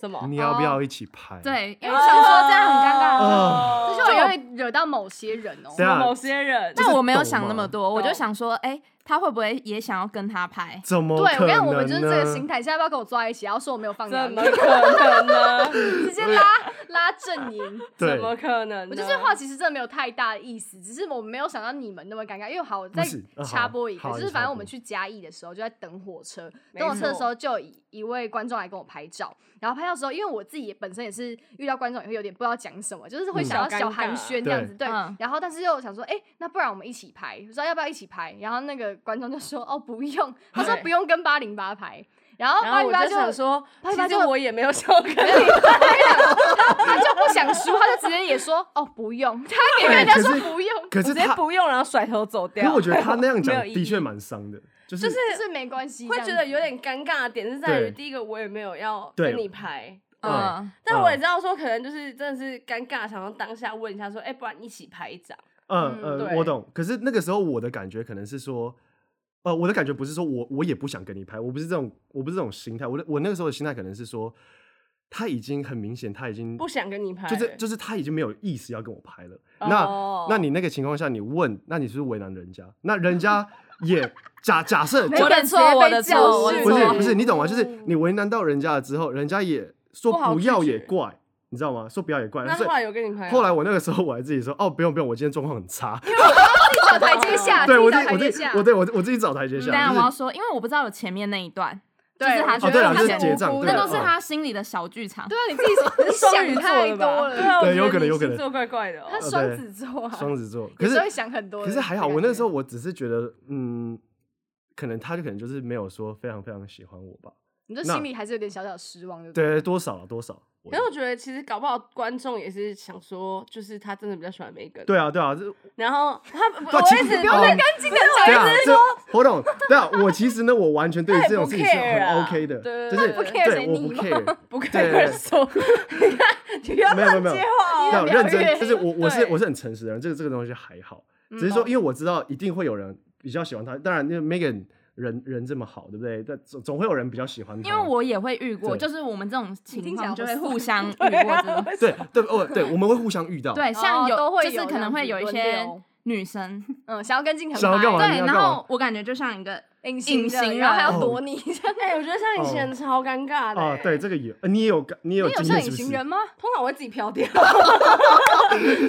Speaker 3: 什么？
Speaker 2: 你要不
Speaker 4: 哦
Speaker 2: 要一起拍？，
Speaker 4: 对，因为
Speaker 1: 哦
Speaker 4: 想说这样很尴尬
Speaker 2: 哦
Speaker 4: 啊。
Speaker 2: 啊
Speaker 1: 这就有点惹到某些人哦。
Speaker 2: 对啊
Speaker 3: 某些人，
Speaker 2: 是
Speaker 4: 但我没有
Speaker 2: 懂
Speaker 4: 想那
Speaker 2: 嘛
Speaker 4: 么多，我就
Speaker 3: 懂
Speaker 4: 想说，哎，他会不会也想要跟他拍？
Speaker 2: 怎么
Speaker 1: 对，
Speaker 2: 可能
Speaker 1: 我跟你讲，我
Speaker 2: 呢？
Speaker 1: 们就是这个心态。现在要不要跟我坐在一起？然后说我没有放
Speaker 3: 怎
Speaker 1: 羊
Speaker 3: 么，可能呢？
Speaker 1: 直接拉拉阵营。
Speaker 2: 对
Speaker 3: 怎，么可能呢？
Speaker 1: 我觉得这话其实真的没有太大的意思，只是我没有想到你们那么尴尬。因为好，我再
Speaker 2: 不是啊好
Speaker 1: 插播一个，
Speaker 2: 好
Speaker 1: 就是
Speaker 2: 你
Speaker 1: 反
Speaker 2: 插
Speaker 1: 正
Speaker 2: 播
Speaker 1: 我们去嘉义的时候就在等火车，
Speaker 3: 没
Speaker 1: 等火车的时
Speaker 3: 错
Speaker 1: 候就有一一位观众来跟我拍照，然后拍照的时候，因为我自己也本身也是遇到观众也会有点不知道讲什么，就是会
Speaker 2: 嗯
Speaker 1: 想要
Speaker 3: 小尴
Speaker 1: 小
Speaker 3: 尬
Speaker 1: 寒暄这样子，对
Speaker 4: 嗯。
Speaker 1: 然后但是又想说，哎，那不然我们一起拍，我说要不要一起拍？然后那个观众就说，哦，不用，他说
Speaker 3: 对
Speaker 1: 不用跟八零八拍。然后
Speaker 3: 然
Speaker 1: 八
Speaker 3: 后
Speaker 1: 零
Speaker 3: 我
Speaker 1: 八
Speaker 3: 就
Speaker 1: 就
Speaker 3: 想说，
Speaker 1: 八
Speaker 3: 其
Speaker 1: 一八
Speaker 3: 实
Speaker 1: 就
Speaker 3: 我也没有想要跟你
Speaker 1: 他就不想输，他就直接也说哦不用，他给
Speaker 2: 对
Speaker 1: 人家
Speaker 2: 可
Speaker 1: 说
Speaker 2: 是
Speaker 1: 不用，
Speaker 2: 可
Speaker 3: 我直
Speaker 2: 是
Speaker 3: 接
Speaker 2: 他，
Speaker 3: 不用，然后甩头走
Speaker 2: 可
Speaker 3: 掉。
Speaker 2: 是我觉得他那 样讲
Speaker 3: 没有意义
Speaker 2: 的确蛮伤的，就是
Speaker 3: 就是
Speaker 1: 就是没关系，
Speaker 3: 会
Speaker 1: 这样
Speaker 3: 觉得有点尴尬的点是在于，
Speaker 2: 对
Speaker 3: 第一个我也没有要
Speaker 2: 对
Speaker 3: 跟你拍，
Speaker 2: 对
Speaker 4: 嗯，
Speaker 3: 但我也知道说可能就是真的是尴尬，想要当下问一下说，哎，不然一起拍一张。
Speaker 2: 嗯
Speaker 1: 嗯
Speaker 2: 嗯，
Speaker 3: 对
Speaker 2: 我懂。可是那个时候我的感觉可能是说，呃，我的感觉不是说我我也不想跟你拍，我不是这种我不是这种心态，我的我那个时候的心态可能是说，他已经很明显，他已经
Speaker 3: 不想跟你拍，
Speaker 2: 就是就是他已经没有意思要跟我拍了。
Speaker 3: 哦
Speaker 2: 那那你那个情况下，你问，那你是不是为难人家？那人家也假假设
Speaker 1: 没有
Speaker 4: 我的
Speaker 1: 直接
Speaker 4: 错，
Speaker 1: 被
Speaker 4: 我的
Speaker 1: 教
Speaker 4: 错，我
Speaker 1: 训
Speaker 4: 的
Speaker 2: 不是
Speaker 4: 错
Speaker 2: 不是，你懂吗？
Speaker 1: 哦
Speaker 2: 就是你为难到人家了之后，人家也说
Speaker 3: 不好
Speaker 2: 不要
Speaker 3: 拒
Speaker 2: 也
Speaker 3: 绝
Speaker 2: 怪，你知道吗？说不要也怪。
Speaker 3: 那
Speaker 2: 所
Speaker 3: 后
Speaker 2: 以
Speaker 3: 来有跟你拍吗，
Speaker 2: 后来我那个时候我还自己说，哦，不用不用，我今天状况很差。
Speaker 1: 找台阶下，
Speaker 2: 对我
Speaker 1: 自
Speaker 2: 自
Speaker 1: 己找台阶
Speaker 2: 己我自己
Speaker 1: 下，
Speaker 2: 我对我我自己找台阶
Speaker 4: 等一下
Speaker 2: 下，
Speaker 4: 嗯啊我
Speaker 2: 就
Speaker 4: 要
Speaker 2: 是哦
Speaker 4: 说，因为我不知道有前面那一段，就
Speaker 1: 对
Speaker 4: 是他
Speaker 1: 我
Speaker 4: 觉
Speaker 1: 觉
Speaker 2: 对
Speaker 4: 得
Speaker 1: 得
Speaker 2: 啦
Speaker 4: 他
Speaker 1: 他
Speaker 2: 就是
Speaker 4: 很
Speaker 2: 结
Speaker 4: 无
Speaker 2: 账
Speaker 4: 辜
Speaker 2: 对
Speaker 4: 那都是
Speaker 2: 嗯
Speaker 4: 他心里的小剧场。
Speaker 1: 对啊，你自己
Speaker 3: 双
Speaker 1: 想
Speaker 3: 鱼座
Speaker 1: 太
Speaker 3: 的吧
Speaker 1: 多
Speaker 3: 对啊，
Speaker 1: 了，
Speaker 3: 我
Speaker 2: 对
Speaker 3: 觉
Speaker 2: 有
Speaker 3: 得
Speaker 2: 可能
Speaker 3: 你
Speaker 2: 有可能
Speaker 3: 星座怪怪的哦
Speaker 1: 他。
Speaker 2: 是
Speaker 1: 双子座啊，
Speaker 2: 双子座。可
Speaker 1: 有
Speaker 2: 是
Speaker 1: 时候会想很多的
Speaker 2: 可
Speaker 1: 感觉，
Speaker 2: 是还好，我那时候我只是觉得，嗯，可能他就可能就是没有说非常非常喜欢我吧。
Speaker 1: 你就
Speaker 2: 那
Speaker 1: 心里还是有点小小失望，对不对？
Speaker 2: 对，多少了多少。我
Speaker 3: 可是我觉得其实搞不好观众也是想说，就是他真的比较喜欢梅根。，
Speaker 2: 对啊，对啊，这
Speaker 3: 然后他我哦
Speaker 2: 对
Speaker 3: 一
Speaker 2: 其
Speaker 3: 直
Speaker 2: 实
Speaker 3: 不用再
Speaker 2: 嗯
Speaker 3: 跟金讲
Speaker 2: 对啊，这活动，对啊，我其实呢，我完全对于
Speaker 3: 他也
Speaker 2: 这种
Speaker 3: 不
Speaker 2: 事情是
Speaker 3: care
Speaker 2: 很
Speaker 3: 啊
Speaker 2: OK 的，
Speaker 3: 对
Speaker 2: 就
Speaker 3: 对
Speaker 2: 是
Speaker 1: 对
Speaker 3: 对
Speaker 2: 对，
Speaker 1: 对
Speaker 2: 我不
Speaker 1: 你
Speaker 2: care，
Speaker 3: 不可
Speaker 2: 对
Speaker 3: 以说，你看你不要
Speaker 2: 没有没有
Speaker 3: 乱
Speaker 2: 没有
Speaker 3: 接话
Speaker 2: 对啊，
Speaker 3: 哦。
Speaker 2: 我
Speaker 1: 越描
Speaker 2: 认真，
Speaker 1: 越
Speaker 2: 就是我我是
Speaker 3: 对
Speaker 2: 我是很诚实的人，这个这个东西还好，
Speaker 1: 嗯
Speaker 2: 只是说因为我知道一定会有人比较喜欢他，当然那个 Megan 人人这么好，对不对？但总总会有人比较喜欢他，
Speaker 4: 因为我也会遇过，
Speaker 2: 对
Speaker 4: 就是我们这种情
Speaker 1: 听起来
Speaker 4: 况就
Speaker 1: 好
Speaker 4: 会
Speaker 1: 酸
Speaker 4: 互相遇过
Speaker 3: 对啊
Speaker 4: 这种。
Speaker 2: 对对哦对，我们会互相遇到，
Speaker 4: 对，像
Speaker 1: 哦
Speaker 4: 有、
Speaker 1: 都会
Speaker 4: 就是
Speaker 1: 有
Speaker 4: 可能会
Speaker 1: 这
Speaker 4: 有
Speaker 1: 样子
Speaker 4: 一
Speaker 1: 轮
Speaker 4: 些
Speaker 1: 流
Speaker 4: 女生，
Speaker 1: 嗯，想要跟进很
Speaker 2: 想要干嘛
Speaker 4: 对，
Speaker 2: 哦你要干
Speaker 4: 然
Speaker 2: 嘛
Speaker 4: 后我感觉就像一个
Speaker 1: 隐形
Speaker 4: 隐
Speaker 1: 的
Speaker 4: 形
Speaker 1: 然后还要
Speaker 2: 人
Speaker 1: 躲你，这样
Speaker 3: 哎，我觉得像以前超尴尬的
Speaker 2: 啊
Speaker 3: 欸。，
Speaker 2: 哦对，这个有，呃你也有感你也有
Speaker 1: 你有
Speaker 2: 经
Speaker 1: 像
Speaker 2: 验是
Speaker 1: 隐
Speaker 2: 不
Speaker 1: 形人
Speaker 2: 是？
Speaker 1: 吗？
Speaker 3: 通常我会自己飘掉。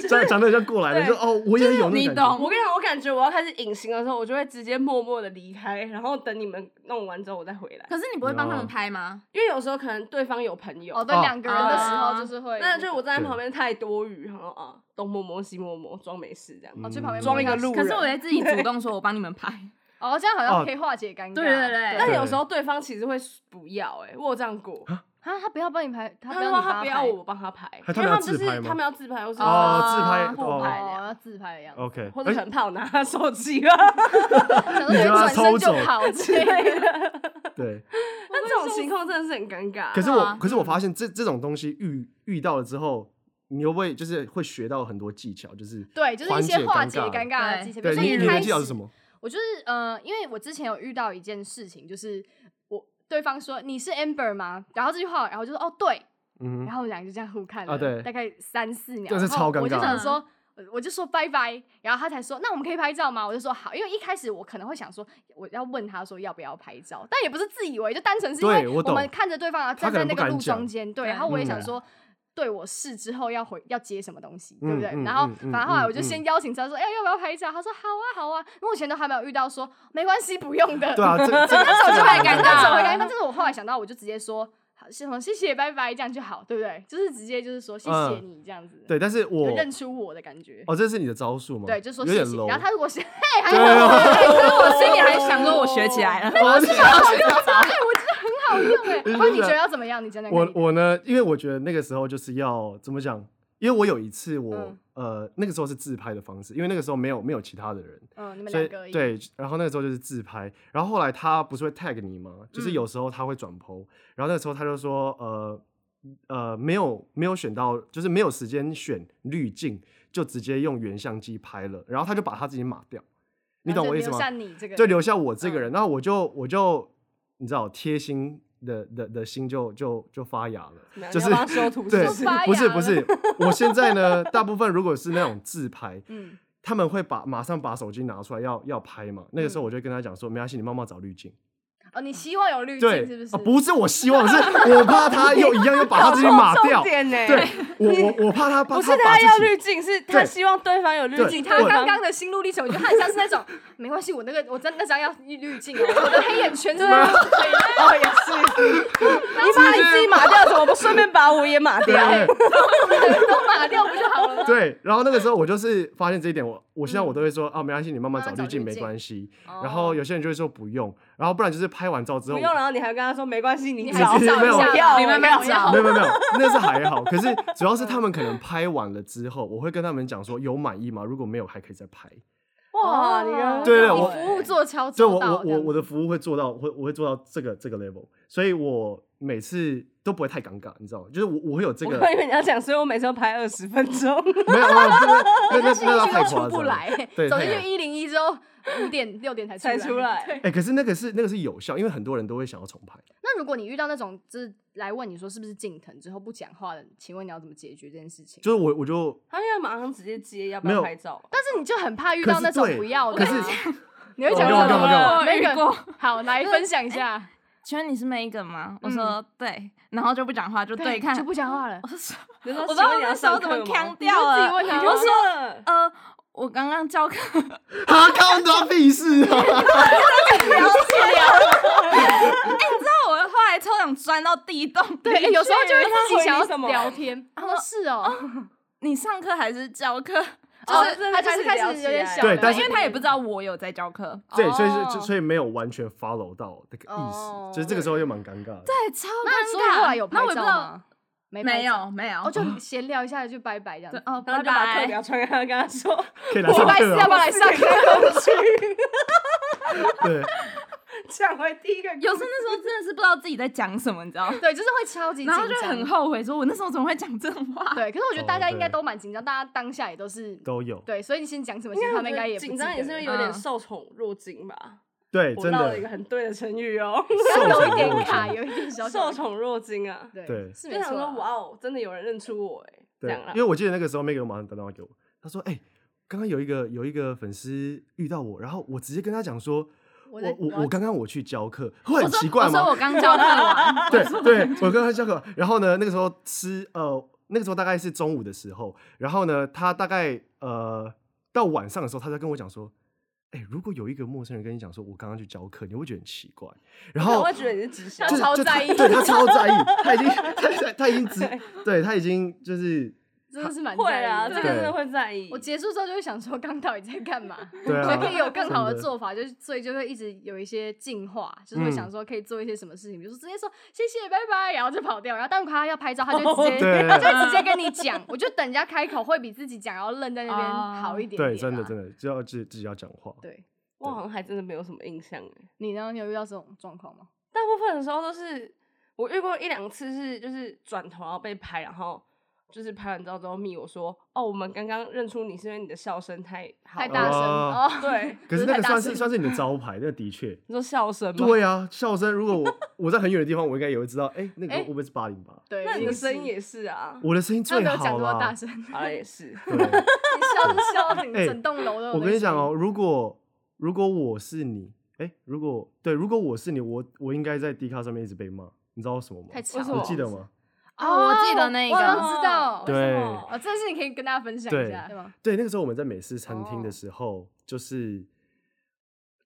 Speaker 2: 讲讲的像过来的，就
Speaker 3: 对
Speaker 2: 哦，我也有那
Speaker 4: 你
Speaker 2: 种感觉，
Speaker 4: 懂，
Speaker 3: 我跟你讲，我感觉我要开始隐形的时候，我就会直接默默的离开，然后等你们弄完之后我再回来。
Speaker 4: 可是你不会帮他们
Speaker 2: 哦
Speaker 4: 拍吗？
Speaker 3: 因为有时候可能对方有朋友，
Speaker 1: 哦，对，
Speaker 2: 哦
Speaker 1: 两个人的时候
Speaker 4: 哦
Speaker 1: 就是会，
Speaker 3: 那就我站在
Speaker 2: 对
Speaker 3: 旁边太多余，然后啊，东摸摸西摸摸，装没事这样。
Speaker 1: 哦去
Speaker 2: 嗯
Speaker 1: 旁边
Speaker 3: 装一个路
Speaker 4: 可是我
Speaker 3: 人
Speaker 4: 会自己主动说，我帮你们 拍。
Speaker 1: 哦，这样好
Speaker 2: 哦
Speaker 1: 像可以化解尴尬，
Speaker 4: 对对对
Speaker 3: 但有时候对方其实会不要，哎，我有这样过，
Speaker 1: 啊，他不要帮你拍，他
Speaker 3: 他
Speaker 1: 不要
Speaker 3: 说
Speaker 1: 你帮
Speaker 3: 他不
Speaker 1: 拍
Speaker 3: 要我帮他拍，因为
Speaker 2: 他
Speaker 3: 他
Speaker 2: 们要
Speaker 3: 们就
Speaker 2: 自拍
Speaker 3: 是
Speaker 2: 吗
Speaker 3: 他们要自拍，或是
Speaker 2: 哦，
Speaker 4: 啊
Speaker 2: 自拍
Speaker 3: 互
Speaker 2: 哦哎
Speaker 3: 拍
Speaker 1: 哦，要自拍的样子，
Speaker 2: OK，
Speaker 3: 或者
Speaker 2: 而
Speaker 3: 很怕我拿他手机 了。
Speaker 1: 想说有
Speaker 2: 你就
Speaker 1: 人
Speaker 2: 要
Speaker 1: 转身
Speaker 2: 偷
Speaker 1: 就
Speaker 2: 走
Speaker 1: 跑之类的。
Speaker 2: 对，
Speaker 3: 那这种情况真的是很尴尬。
Speaker 2: 可是
Speaker 4: 对
Speaker 2: 我
Speaker 4: 啊
Speaker 2: 可是我发现这这种东西遇遇到了之后，你会不会就是会学到很多技巧，就是
Speaker 1: 对，就是一些化
Speaker 2: 缓
Speaker 1: 解
Speaker 2: 解
Speaker 1: 尴尬
Speaker 2: 尬。
Speaker 1: 的
Speaker 4: 对
Speaker 1: 技巧。比如
Speaker 2: 对，
Speaker 1: 说
Speaker 2: 你
Speaker 1: 一
Speaker 2: 你
Speaker 1: 开
Speaker 2: 的
Speaker 1: 始，
Speaker 2: 技巧是什么？
Speaker 1: 我就是呃，因为我之前有遇到一件事情，就是我对方说你是 Amber 吗？然后这句话，然后就说哦对，
Speaker 2: 嗯
Speaker 1: 然
Speaker 2: 哼，
Speaker 1: 后我们两个就这样互看
Speaker 2: 啊
Speaker 1: 了
Speaker 2: 对
Speaker 1: 大概三四秒，
Speaker 2: 这是
Speaker 1: 然后
Speaker 2: 超尴
Speaker 1: 我就
Speaker 2: 尬
Speaker 1: 想
Speaker 4: 的
Speaker 1: 说，我我就说拜拜，然后他才说，那我们可以拍照吗？我就说好，因为一开始我可能会想说，我要问他说要不要拍照，但也不是自以为，就单纯是因
Speaker 2: 对
Speaker 1: 为
Speaker 2: 我
Speaker 1: 我们
Speaker 2: 懂
Speaker 1: 看着对方，然后站
Speaker 2: 他可
Speaker 1: 在
Speaker 2: 能
Speaker 1: 那
Speaker 2: 不
Speaker 1: 个
Speaker 2: 敢
Speaker 1: 路
Speaker 2: 讲
Speaker 1: 中间，对，
Speaker 4: 对
Speaker 1: 然后我也
Speaker 2: 嗯
Speaker 1: 想说。对我是之后要回要接什么东西，对不对？
Speaker 2: 嗯嗯
Speaker 1: 然后
Speaker 2: 嗯嗯
Speaker 1: 反正后来我
Speaker 2: 嗯
Speaker 1: 就
Speaker 2: 嗯
Speaker 1: 先邀请他说，哎、要不要拍照？他说好啊好啊，因为我以前都还没有遇到说没关系不用的，
Speaker 2: 对 啊，这个这
Speaker 1: 那
Speaker 2: 个
Speaker 1: 时
Speaker 2: 这个
Speaker 1: 候
Speaker 4: 太
Speaker 1: 很
Speaker 4: 尴尬
Speaker 1: 那时候
Speaker 4: 了
Speaker 1: 很尴尬。但是我后来想到，我就直接说，好，谢谢谢拜拜，这样就好，对不对？就是直接就是说谢谢
Speaker 2: 嗯
Speaker 1: 你这样子，
Speaker 2: 对，但是我
Speaker 1: 有认出我的感觉。
Speaker 2: 哦，这是你的招数吗？
Speaker 1: 对，就说
Speaker 2: 有
Speaker 1: 谢
Speaker 2: 点
Speaker 1: 谢。
Speaker 2: low，
Speaker 1: 然后他如 果是，嘿，还
Speaker 2: 对
Speaker 1: 有，
Speaker 2: 啊，
Speaker 4: 我心里还想说，我学起来了。
Speaker 2: 我
Speaker 1: 对我觉得很好 用哎。那你觉得要怎么样？你真的可
Speaker 2: 我
Speaker 1: 以
Speaker 2: 我呢，因为我觉得那个时候就是要怎么讲，因为我有一次我、
Speaker 1: 嗯
Speaker 2: 呃那个时候是自拍的方式，因为那个时候没有没有其他的人，
Speaker 1: 嗯，你们
Speaker 2: 所
Speaker 1: 两
Speaker 2: 以
Speaker 1: 个而已，
Speaker 2: 对，然后那个时候就是自拍，然后后来他不是会 tag 你吗？就是
Speaker 1: 嗯
Speaker 2: 有时候他会转 po，、然后那个时候他就说呃呃没有没有选到，就是没有时间选滤镜，就直接用原相机拍了，然后他就把他自己码掉，你
Speaker 1: 然后
Speaker 2: 懂
Speaker 1: 就
Speaker 2: 我意思吗
Speaker 1: 留？下你这个，嗯
Speaker 2: 就留下我这个人，然后我就我就你知道贴心的的的心就就就发芽了，就是
Speaker 3: 你要帮他修图
Speaker 2: 对
Speaker 3: 是不是，
Speaker 1: 发
Speaker 2: 不是
Speaker 1: 芽
Speaker 2: 不是，我现在呢，大部分如果是那种自拍，
Speaker 1: 嗯
Speaker 2: 他们会把马上把手机拿出来要要拍嘛，那个
Speaker 1: 嗯
Speaker 2: 时候我就跟他讲说，没关系，你慢慢找滤镜，
Speaker 1: 哦，你希望有滤镜
Speaker 2: 对，
Speaker 1: 是不
Speaker 2: 啊
Speaker 1: 是？
Speaker 2: 不是我希望，是我怕他又一样又把他自己码 掉，
Speaker 3: 点欸呢、
Speaker 2: 对我我我怕他把
Speaker 3: 不是
Speaker 2: 把
Speaker 3: 他
Speaker 2: 自
Speaker 3: 要
Speaker 2: 己
Speaker 3: 滤镜，是他
Speaker 2: 对
Speaker 3: 希望对方有滤
Speaker 2: 对
Speaker 3: 镜。
Speaker 1: 他
Speaker 3: 对
Speaker 1: 刚
Speaker 3: 方
Speaker 1: 刚的心路历程，我觉得他很像是那种， 没关系，我那个我真的那张要滤镜啊，我的黑眼圈真的要黑
Speaker 3: 哦也是， 你把你自己码掉，怎么不顺便把我也码掉？
Speaker 2: 对。
Speaker 1: 都码掉不就好了吗？
Speaker 2: 对，然后那个时候我就是发现这一点，我我现在我都会说、啊，没关系，你慢慢
Speaker 1: 嗯慢
Speaker 2: 找
Speaker 1: 慢
Speaker 2: 滤
Speaker 1: 找
Speaker 2: 镜
Speaker 1: 滤
Speaker 2: 没
Speaker 1: 镜哦
Speaker 2: 关系。然后有些人就会说不用，然后不然就是拍完照之后
Speaker 3: 不，用，然后你还跟他说没关系，你
Speaker 1: 你
Speaker 2: 还
Speaker 3: 找
Speaker 1: 还
Speaker 2: 是
Speaker 1: 是
Speaker 2: 找
Speaker 1: 找
Speaker 2: 一没
Speaker 1: 一
Speaker 2: 有下
Speaker 1: 下，
Speaker 3: 要
Speaker 4: 你们没有找
Speaker 2: 没有没有没有，那是还 好。可是主要是他们可能拍完了之后，我会跟他们讲说有满意吗？如果没有还可以再拍。
Speaker 3: 哇，你
Speaker 4: 哦
Speaker 3: 人
Speaker 2: 对对
Speaker 1: 哦你
Speaker 2: 我
Speaker 1: 服务做超
Speaker 2: 对
Speaker 1: 做
Speaker 2: 我
Speaker 1: 到
Speaker 2: 我
Speaker 1: 这样
Speaker 2: 我
Speaker 1: 子
Speaker 2: 我的服务会做到，会我会做到这个这个 level，所以我每次都不会太尴尬，你知道吗？就是我我会有这
Speaker 3: 我
Speaker 2: 个
Speaker 3: 刚以为你要讲，所以我每次都拍二十分钟。
Speaker 2: 没有没有， 不不那那那那
Speaker 1: 进去
Speaker 2: 太
Speaker 1: 都
Speaker 2: 夸
Speaker 1: 出
Speaker 2: 张
Speaker 1: 不
Speaker 2: 了。
Speaker 1: 来，
Speaker 2: 对
Speaker 1: 走
Speaker 2: 太
Speaker 1: 进
Speaker 2: 难
Speaker 1: 去一零一之后五点六 点才
Speaker 3: 才出来
Speaker 1: 对
Speaker 2: 哎、可是那个是那个是有效，因为很多人都会想要重拍。
Speaker 1: 那如果你遇到那种就是来问你说是不是近藤之后不讲话的，请问你要怎么解决这件事情？
Speaker 2: 就是我我 就
Speaker 3: 他现在马上直接接，要不
Speaker 2: 没有
Speaker 3: 要拍照吧？
Speaker 1: 但是你就很怕遇
Speaker 2: 可
Speaker 1: 到
Speaker 2: 是
Speaker 1: 那种
Speaker 2: 对
Speaker 1: 不要的
Speaker 2: 可
Speaker 1: 啊，
Speaker 2: 是 哦
Speaker 1: 你会
Speaker 2: 我
Speaker 1: 讲
Speaker 2: 跟我
Speaker 1: 到
Speaker 2: 跟我跟我
Speaker 1: 么？
Speaker 4: 我遇
Speaker 1: 那个
Speaker 4: 过哎
Speaker 1: 好来分享一下，
Speaker 4: 请问你是 Megan 吗？我说对，然后就不讲话，就对看哦
Speaker 1: 就。不讲话了
Speaker 4: 我。说
Speaker 3: 你
Speaker 4: 我
Speaker 3: 说
Speaker 4: 不知
Speaker 3: 请
Speaker 4: 道
Speaker 3: 问
Speaker 4: 我
Speaker 3: 你要
Speaker 4: 那时
Speaker 3: 上
Speaker 4: 候怎么
Speaker 3: 课
Speaker 4: 腔
Speaker 3: 吗？
Speaker 1: 你就
Speaker 4: 掉
Speaker 1: 自己
Speaker 4: 了，
Speaker 1: 问他吗
Speaker 4: 我就
Speaker 3: 我
Speaker 4: 说
Speaker 3: 说
Speaker 4: 呃，我刚刚教课， 哎，
Speaker 2: 啊，看到屁事啊！
Speaker 4: 哎你知道我后来超想钻到地洞。
Speaker 1: 对，哎有时候就会
Speaker 3: 那他
Speaker 1: 自己
Speaker 3: 回
Speaker 1: 想
Speaker 3: 你
Speaker 1: 要
Speaker 3: 什么
Speaker 1: 聊天。他说是哦，
Speaker 4: 你上课还是教课？
Speaker 1: 就
Speaker 3: 哦真
Speaker 1: 是
Speaker 3: 的
Speaker 1: 他就是
Speaker 3: 开
Speaker 1: 开
Speaker 3: 始
Speaker 1: 始
Speaker 3: 聊
Speaker 1: 有点
Speaker 3: 起来
Speaker 1: 小
Speaker 2: 对
Speaker 1: 聊，
Speaker 2: 但是
Speaker 4: 因为他也不知道我有在教课，
Speaker 2: 对，所以是就
Speaker 1: 哦
Speaker 2: 所以没有完全 follow 到这个意思，
Speaker 1: 哦
Speaker 2: 就是这个时候就蛮尴尬的。
Speaker 4: 对，哎超
Speaker 1: 那
Speaker 4: 尴
Speaker 1: 所以后来
Speaker 4: 尬。
Speaker 1: 有
Speaker 4: 那
Speaker 1: 拍
Speaker 4: 我也不
Speaker 1: 照
Speaker 4: 知道，
Speaker 1: 吗？没拍
Speaker 4: 没
Speaker 1: 照，
Speaker 4: 有没有
Speaker 1: 哦，，就闲聊一下就拜拜这样
Speaker 4: 对
Speaker 1: 子。
Speaker 4: 哦，
Speaker 3: 然后
Speaker 4: 拜
Speaker 3: 就把课
Speaker 4: 拜。
Speaker 3: 表传给他，跟他说
Speaker 2: 可以来
Speaker 1: 礼
Speaker 2: 上
Speaker 1: 拜四
Speaker 2: 课啊
Speaker 1: 要不要
Speaker 2: 了。
Speaker 1: 来上 课？
Speaker 2: 对，
Speaker 3: 抢回第一个。
Speaker 4: 有时候那时候真的是不知道自己在讲什么，你知道吗？
Speaker 1: 对，就是会超级紧
Speaker 4: 然后
Speaker 1: 张，
Speaker 4: 就很后悔，说我那时候怎么会讲这种话？
Speaker 1: 对，可是我觉得
Speaker 2: 哦
Speaker 1: 大家应该
Speaker 2: 对
Speaker 1: 都蛮紧张，大家当下也都是
Speaker 2: 都有。
Speaker 1: 对，所以你先讲什么，其实他们应该也不
Speaker 3: 紧
Speaker 1: 记
Speaker 3: 张，
Speaker 1: 得
Speaker 3: 也是因为
Speaker 1: 了
Speaker 3: 有点
Speaker 4: 嗯
Speaker 3: 受宠若惊吧。
Speaker 2: 对，
Speaker 3: 我
Speaker 2: 哎真
Speaker 3: 唠了一个
Speaker 2: 的
Speaker 3: 很对的成语哦，
Speaker 1: 刚
Speaker 2: 受
Speaker 1: 有
Speaker 2: 宠
Speaker 1: 一
Speaker 2: 若
Speaker 1: 点卡，
Speaker 2: 惊
Speaker 1: 有一点 小小
Speaker 3: 受
Speaker 1: 的
Speaker 3: 宠若惊啊。
Speaker 1: 对
Speaker 2: 对
Speaker 1: 是
Speaker 3: 就
Speaker 1: 没
Speaker 3: 想
Speaker 1: 错
Speaker 3: 说，
Speaker 1: 啊。
Speaker 3: 哇哦，真的有人认出我哎，这
Speaker 2: 对
Speaker 3: 样啦，
Speaker 2: 因为。我记得那个时候 Megan 马上打电话给我，他说：“哎、刚刚有一个有一个粉丝遇到我，然后我直接跟他讲说，我
Speaker 1: 我在
Speaker 2: 我
Speaker 1: 我
Speaker 2: 我刚刚我去教课，会
Speaker 4: 我
Speaker 2: 很
Speaker 4: 说
Speaker 2: 奇怪
Speaker 4: 我说
Speaker 2: 吗
Speaker 4: 我刚教 课完，
Speaker 2: 对对，我跟他下课，然后呢，那个时候吃呃，那个时候大概是中午的时候，然后呢，他大概呃到晚上的时候，他才跟我讲说，哎、如果有一个陌生人跟你讲说我刚刚去教课，你会不会觉得很奇怪，然
Speaker 3: 我
Speaker 2: 后
Speaker 3: 会觉得你是直销
Speaker 1: 他
Speaker 2: 哦就，是
Speaker 1: 超
Speaker 2: 就
Speaker 1: 在意
Speaker 2: 对他超在意，他已经他他他已经直，对他已经就是
Speaker 1: 真的是蛮
Speaker 3: 会
Speaker 1: 在意
Speaker 3: 啊，这
Speaker 1: 的
Speaker 3: 个真的会在意
Speaker 1: 我。结束之后就会想说，刚到底在干嘛？
Speaker 2: 对
Speaker 1: 所以
Speaker 2: 啊，
Speaker 1: 可以有更好的
Speaker 2: 真的
Speaker 1: 做法，就是所以就会一直有一些进化，就是会想
Speaker 2: 嗯
Speaker 1: 说可以做一些什么事情，比如说直接说谢谢拜拜，然后就跑掉，然后但他要拍照，他就直接、
Speaker 2: 哦对
Speaker 1: 他就会直接跟你讲，我就等人家开口会比自己讲然后愣在那边
Speaker 4: 哦
Speaker 1: 好一点
Speaker 2: 对，真的真
Speaker 1: 的。
Speaker 2: 的就要自己自己要讲话，
Speaker 1: 对
Speaker 3: 我好像还真的没有什么印象哎，
Speaker 1: 你呢？你有遇到这种状况吗？
Speaker 3: 大部分的时候都是我遇过一两次是就是转头要被拍，然后就是拍完照之后密我说，哦，我们刚刚认出你是因为你的笑声太好
Speaker 1: 太
Speaker 3: 了
Speaker 1: 大声
Speaker 2: 哦
Speaker 1: 哦，
Speaker 3: 对，
Speaker 2: 可
Speaker 1: 不
Speaker 2: 是
Speaker 1: 是
Speaker 2: 那
Speaker 1: 太
Speaker 2: 个
Speaker 1: 大
Speaker 2: 算是
Speaker 1: 声
Speaker 2: 算是 你的招牌，那个的确。
Speaker 3: 你说笑声吗？
Speaker 2: 对啊，笑声。如果我我在很远的地方，我应该也会知道，哎、那个
Speaker 3: 哎
Speaker 2: 会不会是八零八？
Speaker 1: 对，
Speaker 3: 那你的
Speaker 1: 一定
Speaker 3: 声音
Speaker 1: 是
Speaker 3: 也是啊，
Speaker 2: 我的声音
Speaker 1: 他
Speaker 2: 最
Speaker 1: 没有讲
Speaker 2: 好
Speaker 1: 这么大
Speaker 2: 啦。
Speaker 1: 声，
Speaker 3: 好像也是。
Speaker 2: 对，
Speaker 1: 你笑是笑，整
Speaker 2: 哎
Speaker 1: 整栋楼都有。
Speaker 2: 我跟你讲哦，，如果如果我是你，哎、如果对，如果我是你，我我应该在 D 卡上面一直被骂，你知道为什么吗？
Speaker 1: 太
Speaker 3: 为什
Speaker 1: 吵
Speaker 3: 么
Speaker 2: 你
Speaker 1: 了。
Speaker 2: 记得吗？
Speaker 4: 哦我记得那
Speaker 1: 我
Speaker 4: 个
Speaker 1: 都知道。
Speaker 2: 对
Speaker 1: 啊，这件事情可以跟大家分享
Speaker 2: 对
Speaker 1: 一下，对吗？
Speaker 2: 对，那个时候我们在美式餐厅
Speaker 1: 哦
Speaker 2: 的时候，就是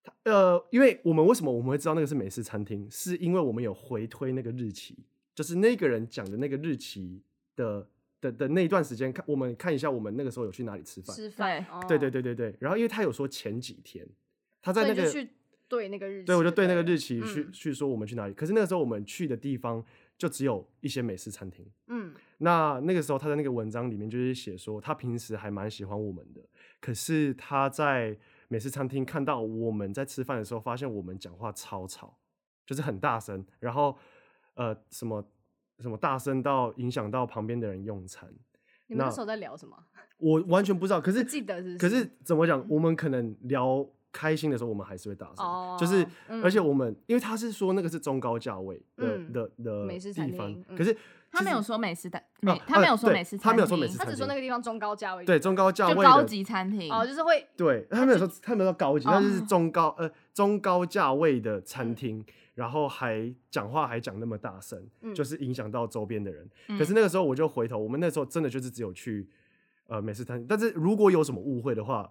Speaker 2: 他呃，因为我们为什么我们会知道那个是美式餐厅，是因为我们有回推那个日期，就是那个人讲的那个日期的的的那一段时间，看我们看一下我们那个时候有去哪里吃饭。
Speaker 1: 吃饭，哦
Speaker 2: 对对，对对对。然后因为他有说前几天，他在
Speaker 1: 所以
Speaker 2: 那
Speaker 1: 你就
Speaker 2: 个
Speaker 1: 去对那个日期，
Speaker 2: 对，我就对那个
Speaker 1: 了
Speaker 2: 日期去、
Speaker 1: 嗯
Speaker 2: 去说我们去哪里。可是那个时候我们去的地方就只有一些美式餐厅。
Speaker 1: 嗯，
Speaker 2: 那那个时候他在那个文章里面就是写说，他平时还蛮喜欢我们的，可是他在美食餐厅看到我们在吃饭的时候，发现我们讲话超吵，就是很大声，然后呃什么什么大声到影响到旁边的人用餐。
Speaker 1: 你们那
Speaker 2: 那
Speaker 1: 时候在聊什么？
Speaker 2: 我完全不知道，可是
Speaker 1: 记得是不
Speaker 2: 可
Speaker 1: 是嗯
Speaker 2: 是怎么讲？我们可能聊开心的时候，我们还是会大声，
Speaker 1: 哦
Speaker 2: 就是、
Speaker 1: 嗯
Speaker 2: 而且我们因为他是说那个是中高价位的、
Speaker 1: 嗯
Speaker 2: 的的
Speaker 1: 美式餐
Speaker 2: 地方
Speaker 1: 厅，嗯
Speaker 2: 可是
Speaker 4: 他
Speaker 2: 其
Speaker 4: 没
Speaker 2: 实
Speaker 4: 有说美食的，美
Speaker 2: 啊
Speaker 4: 他没
Speaker 2: 呃
Speaker 4: 有说
Speaker 2: 对
Speaker 4: 美食餐厅，
Speaker 2: 他没有说美食
Speaker 1: 他
Speaker 2: 餐
Speaker 1: 只
Speaker 2: 厅
Speaker 1: 说
Speaker 2: 哦
Speaker 1: 那个地方中高价位，
Speaker 2: 对，中高价位
Speaker 4: 就
Speaker 2: 的
Speaker 4: 高级餐厅
Speaker 1: 哦，就是会
Speaker 2: 对，他没有说他没有说高级，但是
Speaker 4: 哦
Speaker 2: 中高呃中高价位的餐
Speaker 1: 嗯
Speaker 2: 厅，然后还讲话还讲那么大声，
Speaker 1: 嗯
Speaker 2: 就是影响到周边的人。
Speaker 4: 嗯
Speaker 2: 可是那个时候我就回头，我们那时候真的就是只有去呃美式餐厅，但是如果有什么误会的话，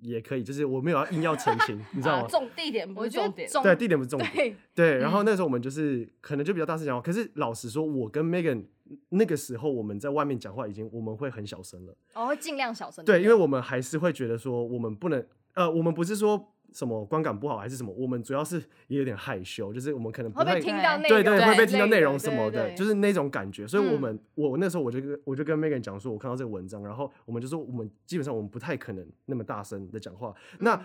Speaker 2: 也可以，就是我没有要硬要澄清，你知道
Speaker 3: 啊，
Speaker 2: 吗？
Speaker 3: 重地点不
Speaker 1: 我
Speaker 3: 是
Speaker 1: 觉得
Speaker 3: 重点，
Speaker 1: 中
Speaker 2: 对，地点不是重点。
Speaker 1: 对
Speaker 2: 对，然后那时候我们就是可能就比较大声讲话，可是老实说，我跟 Megan 那个时候我们在外面讲话已经我们会很小声了。
Speaker 1: 哦，会尽量小声。
Speaker 2: 对，因为我们还是会觉得说，我们不能，呃，我们不是说什么观感不好还是什么，我们主要是也有点害羞，就是我们可能不
Speaker 1: 会
Speaker 2: 太
Speaker 1: 被听到内
Speaker 2: 对
Speaker 1: 容之类的，
Speaker 2: 对，会被听到内
Speaker 1: 对
Speaker 2: 容什么的，就是是那种感觉。所以我
Speaker 1: 嗯
Speaker 2: 们、我那时候我就跟我就跟 Megan 讲说，我看到这个文章，然后我们就说，我们基本上我们不太可能那么大声的讲话。
Speaker 1: 嗯
Speaker 2: 那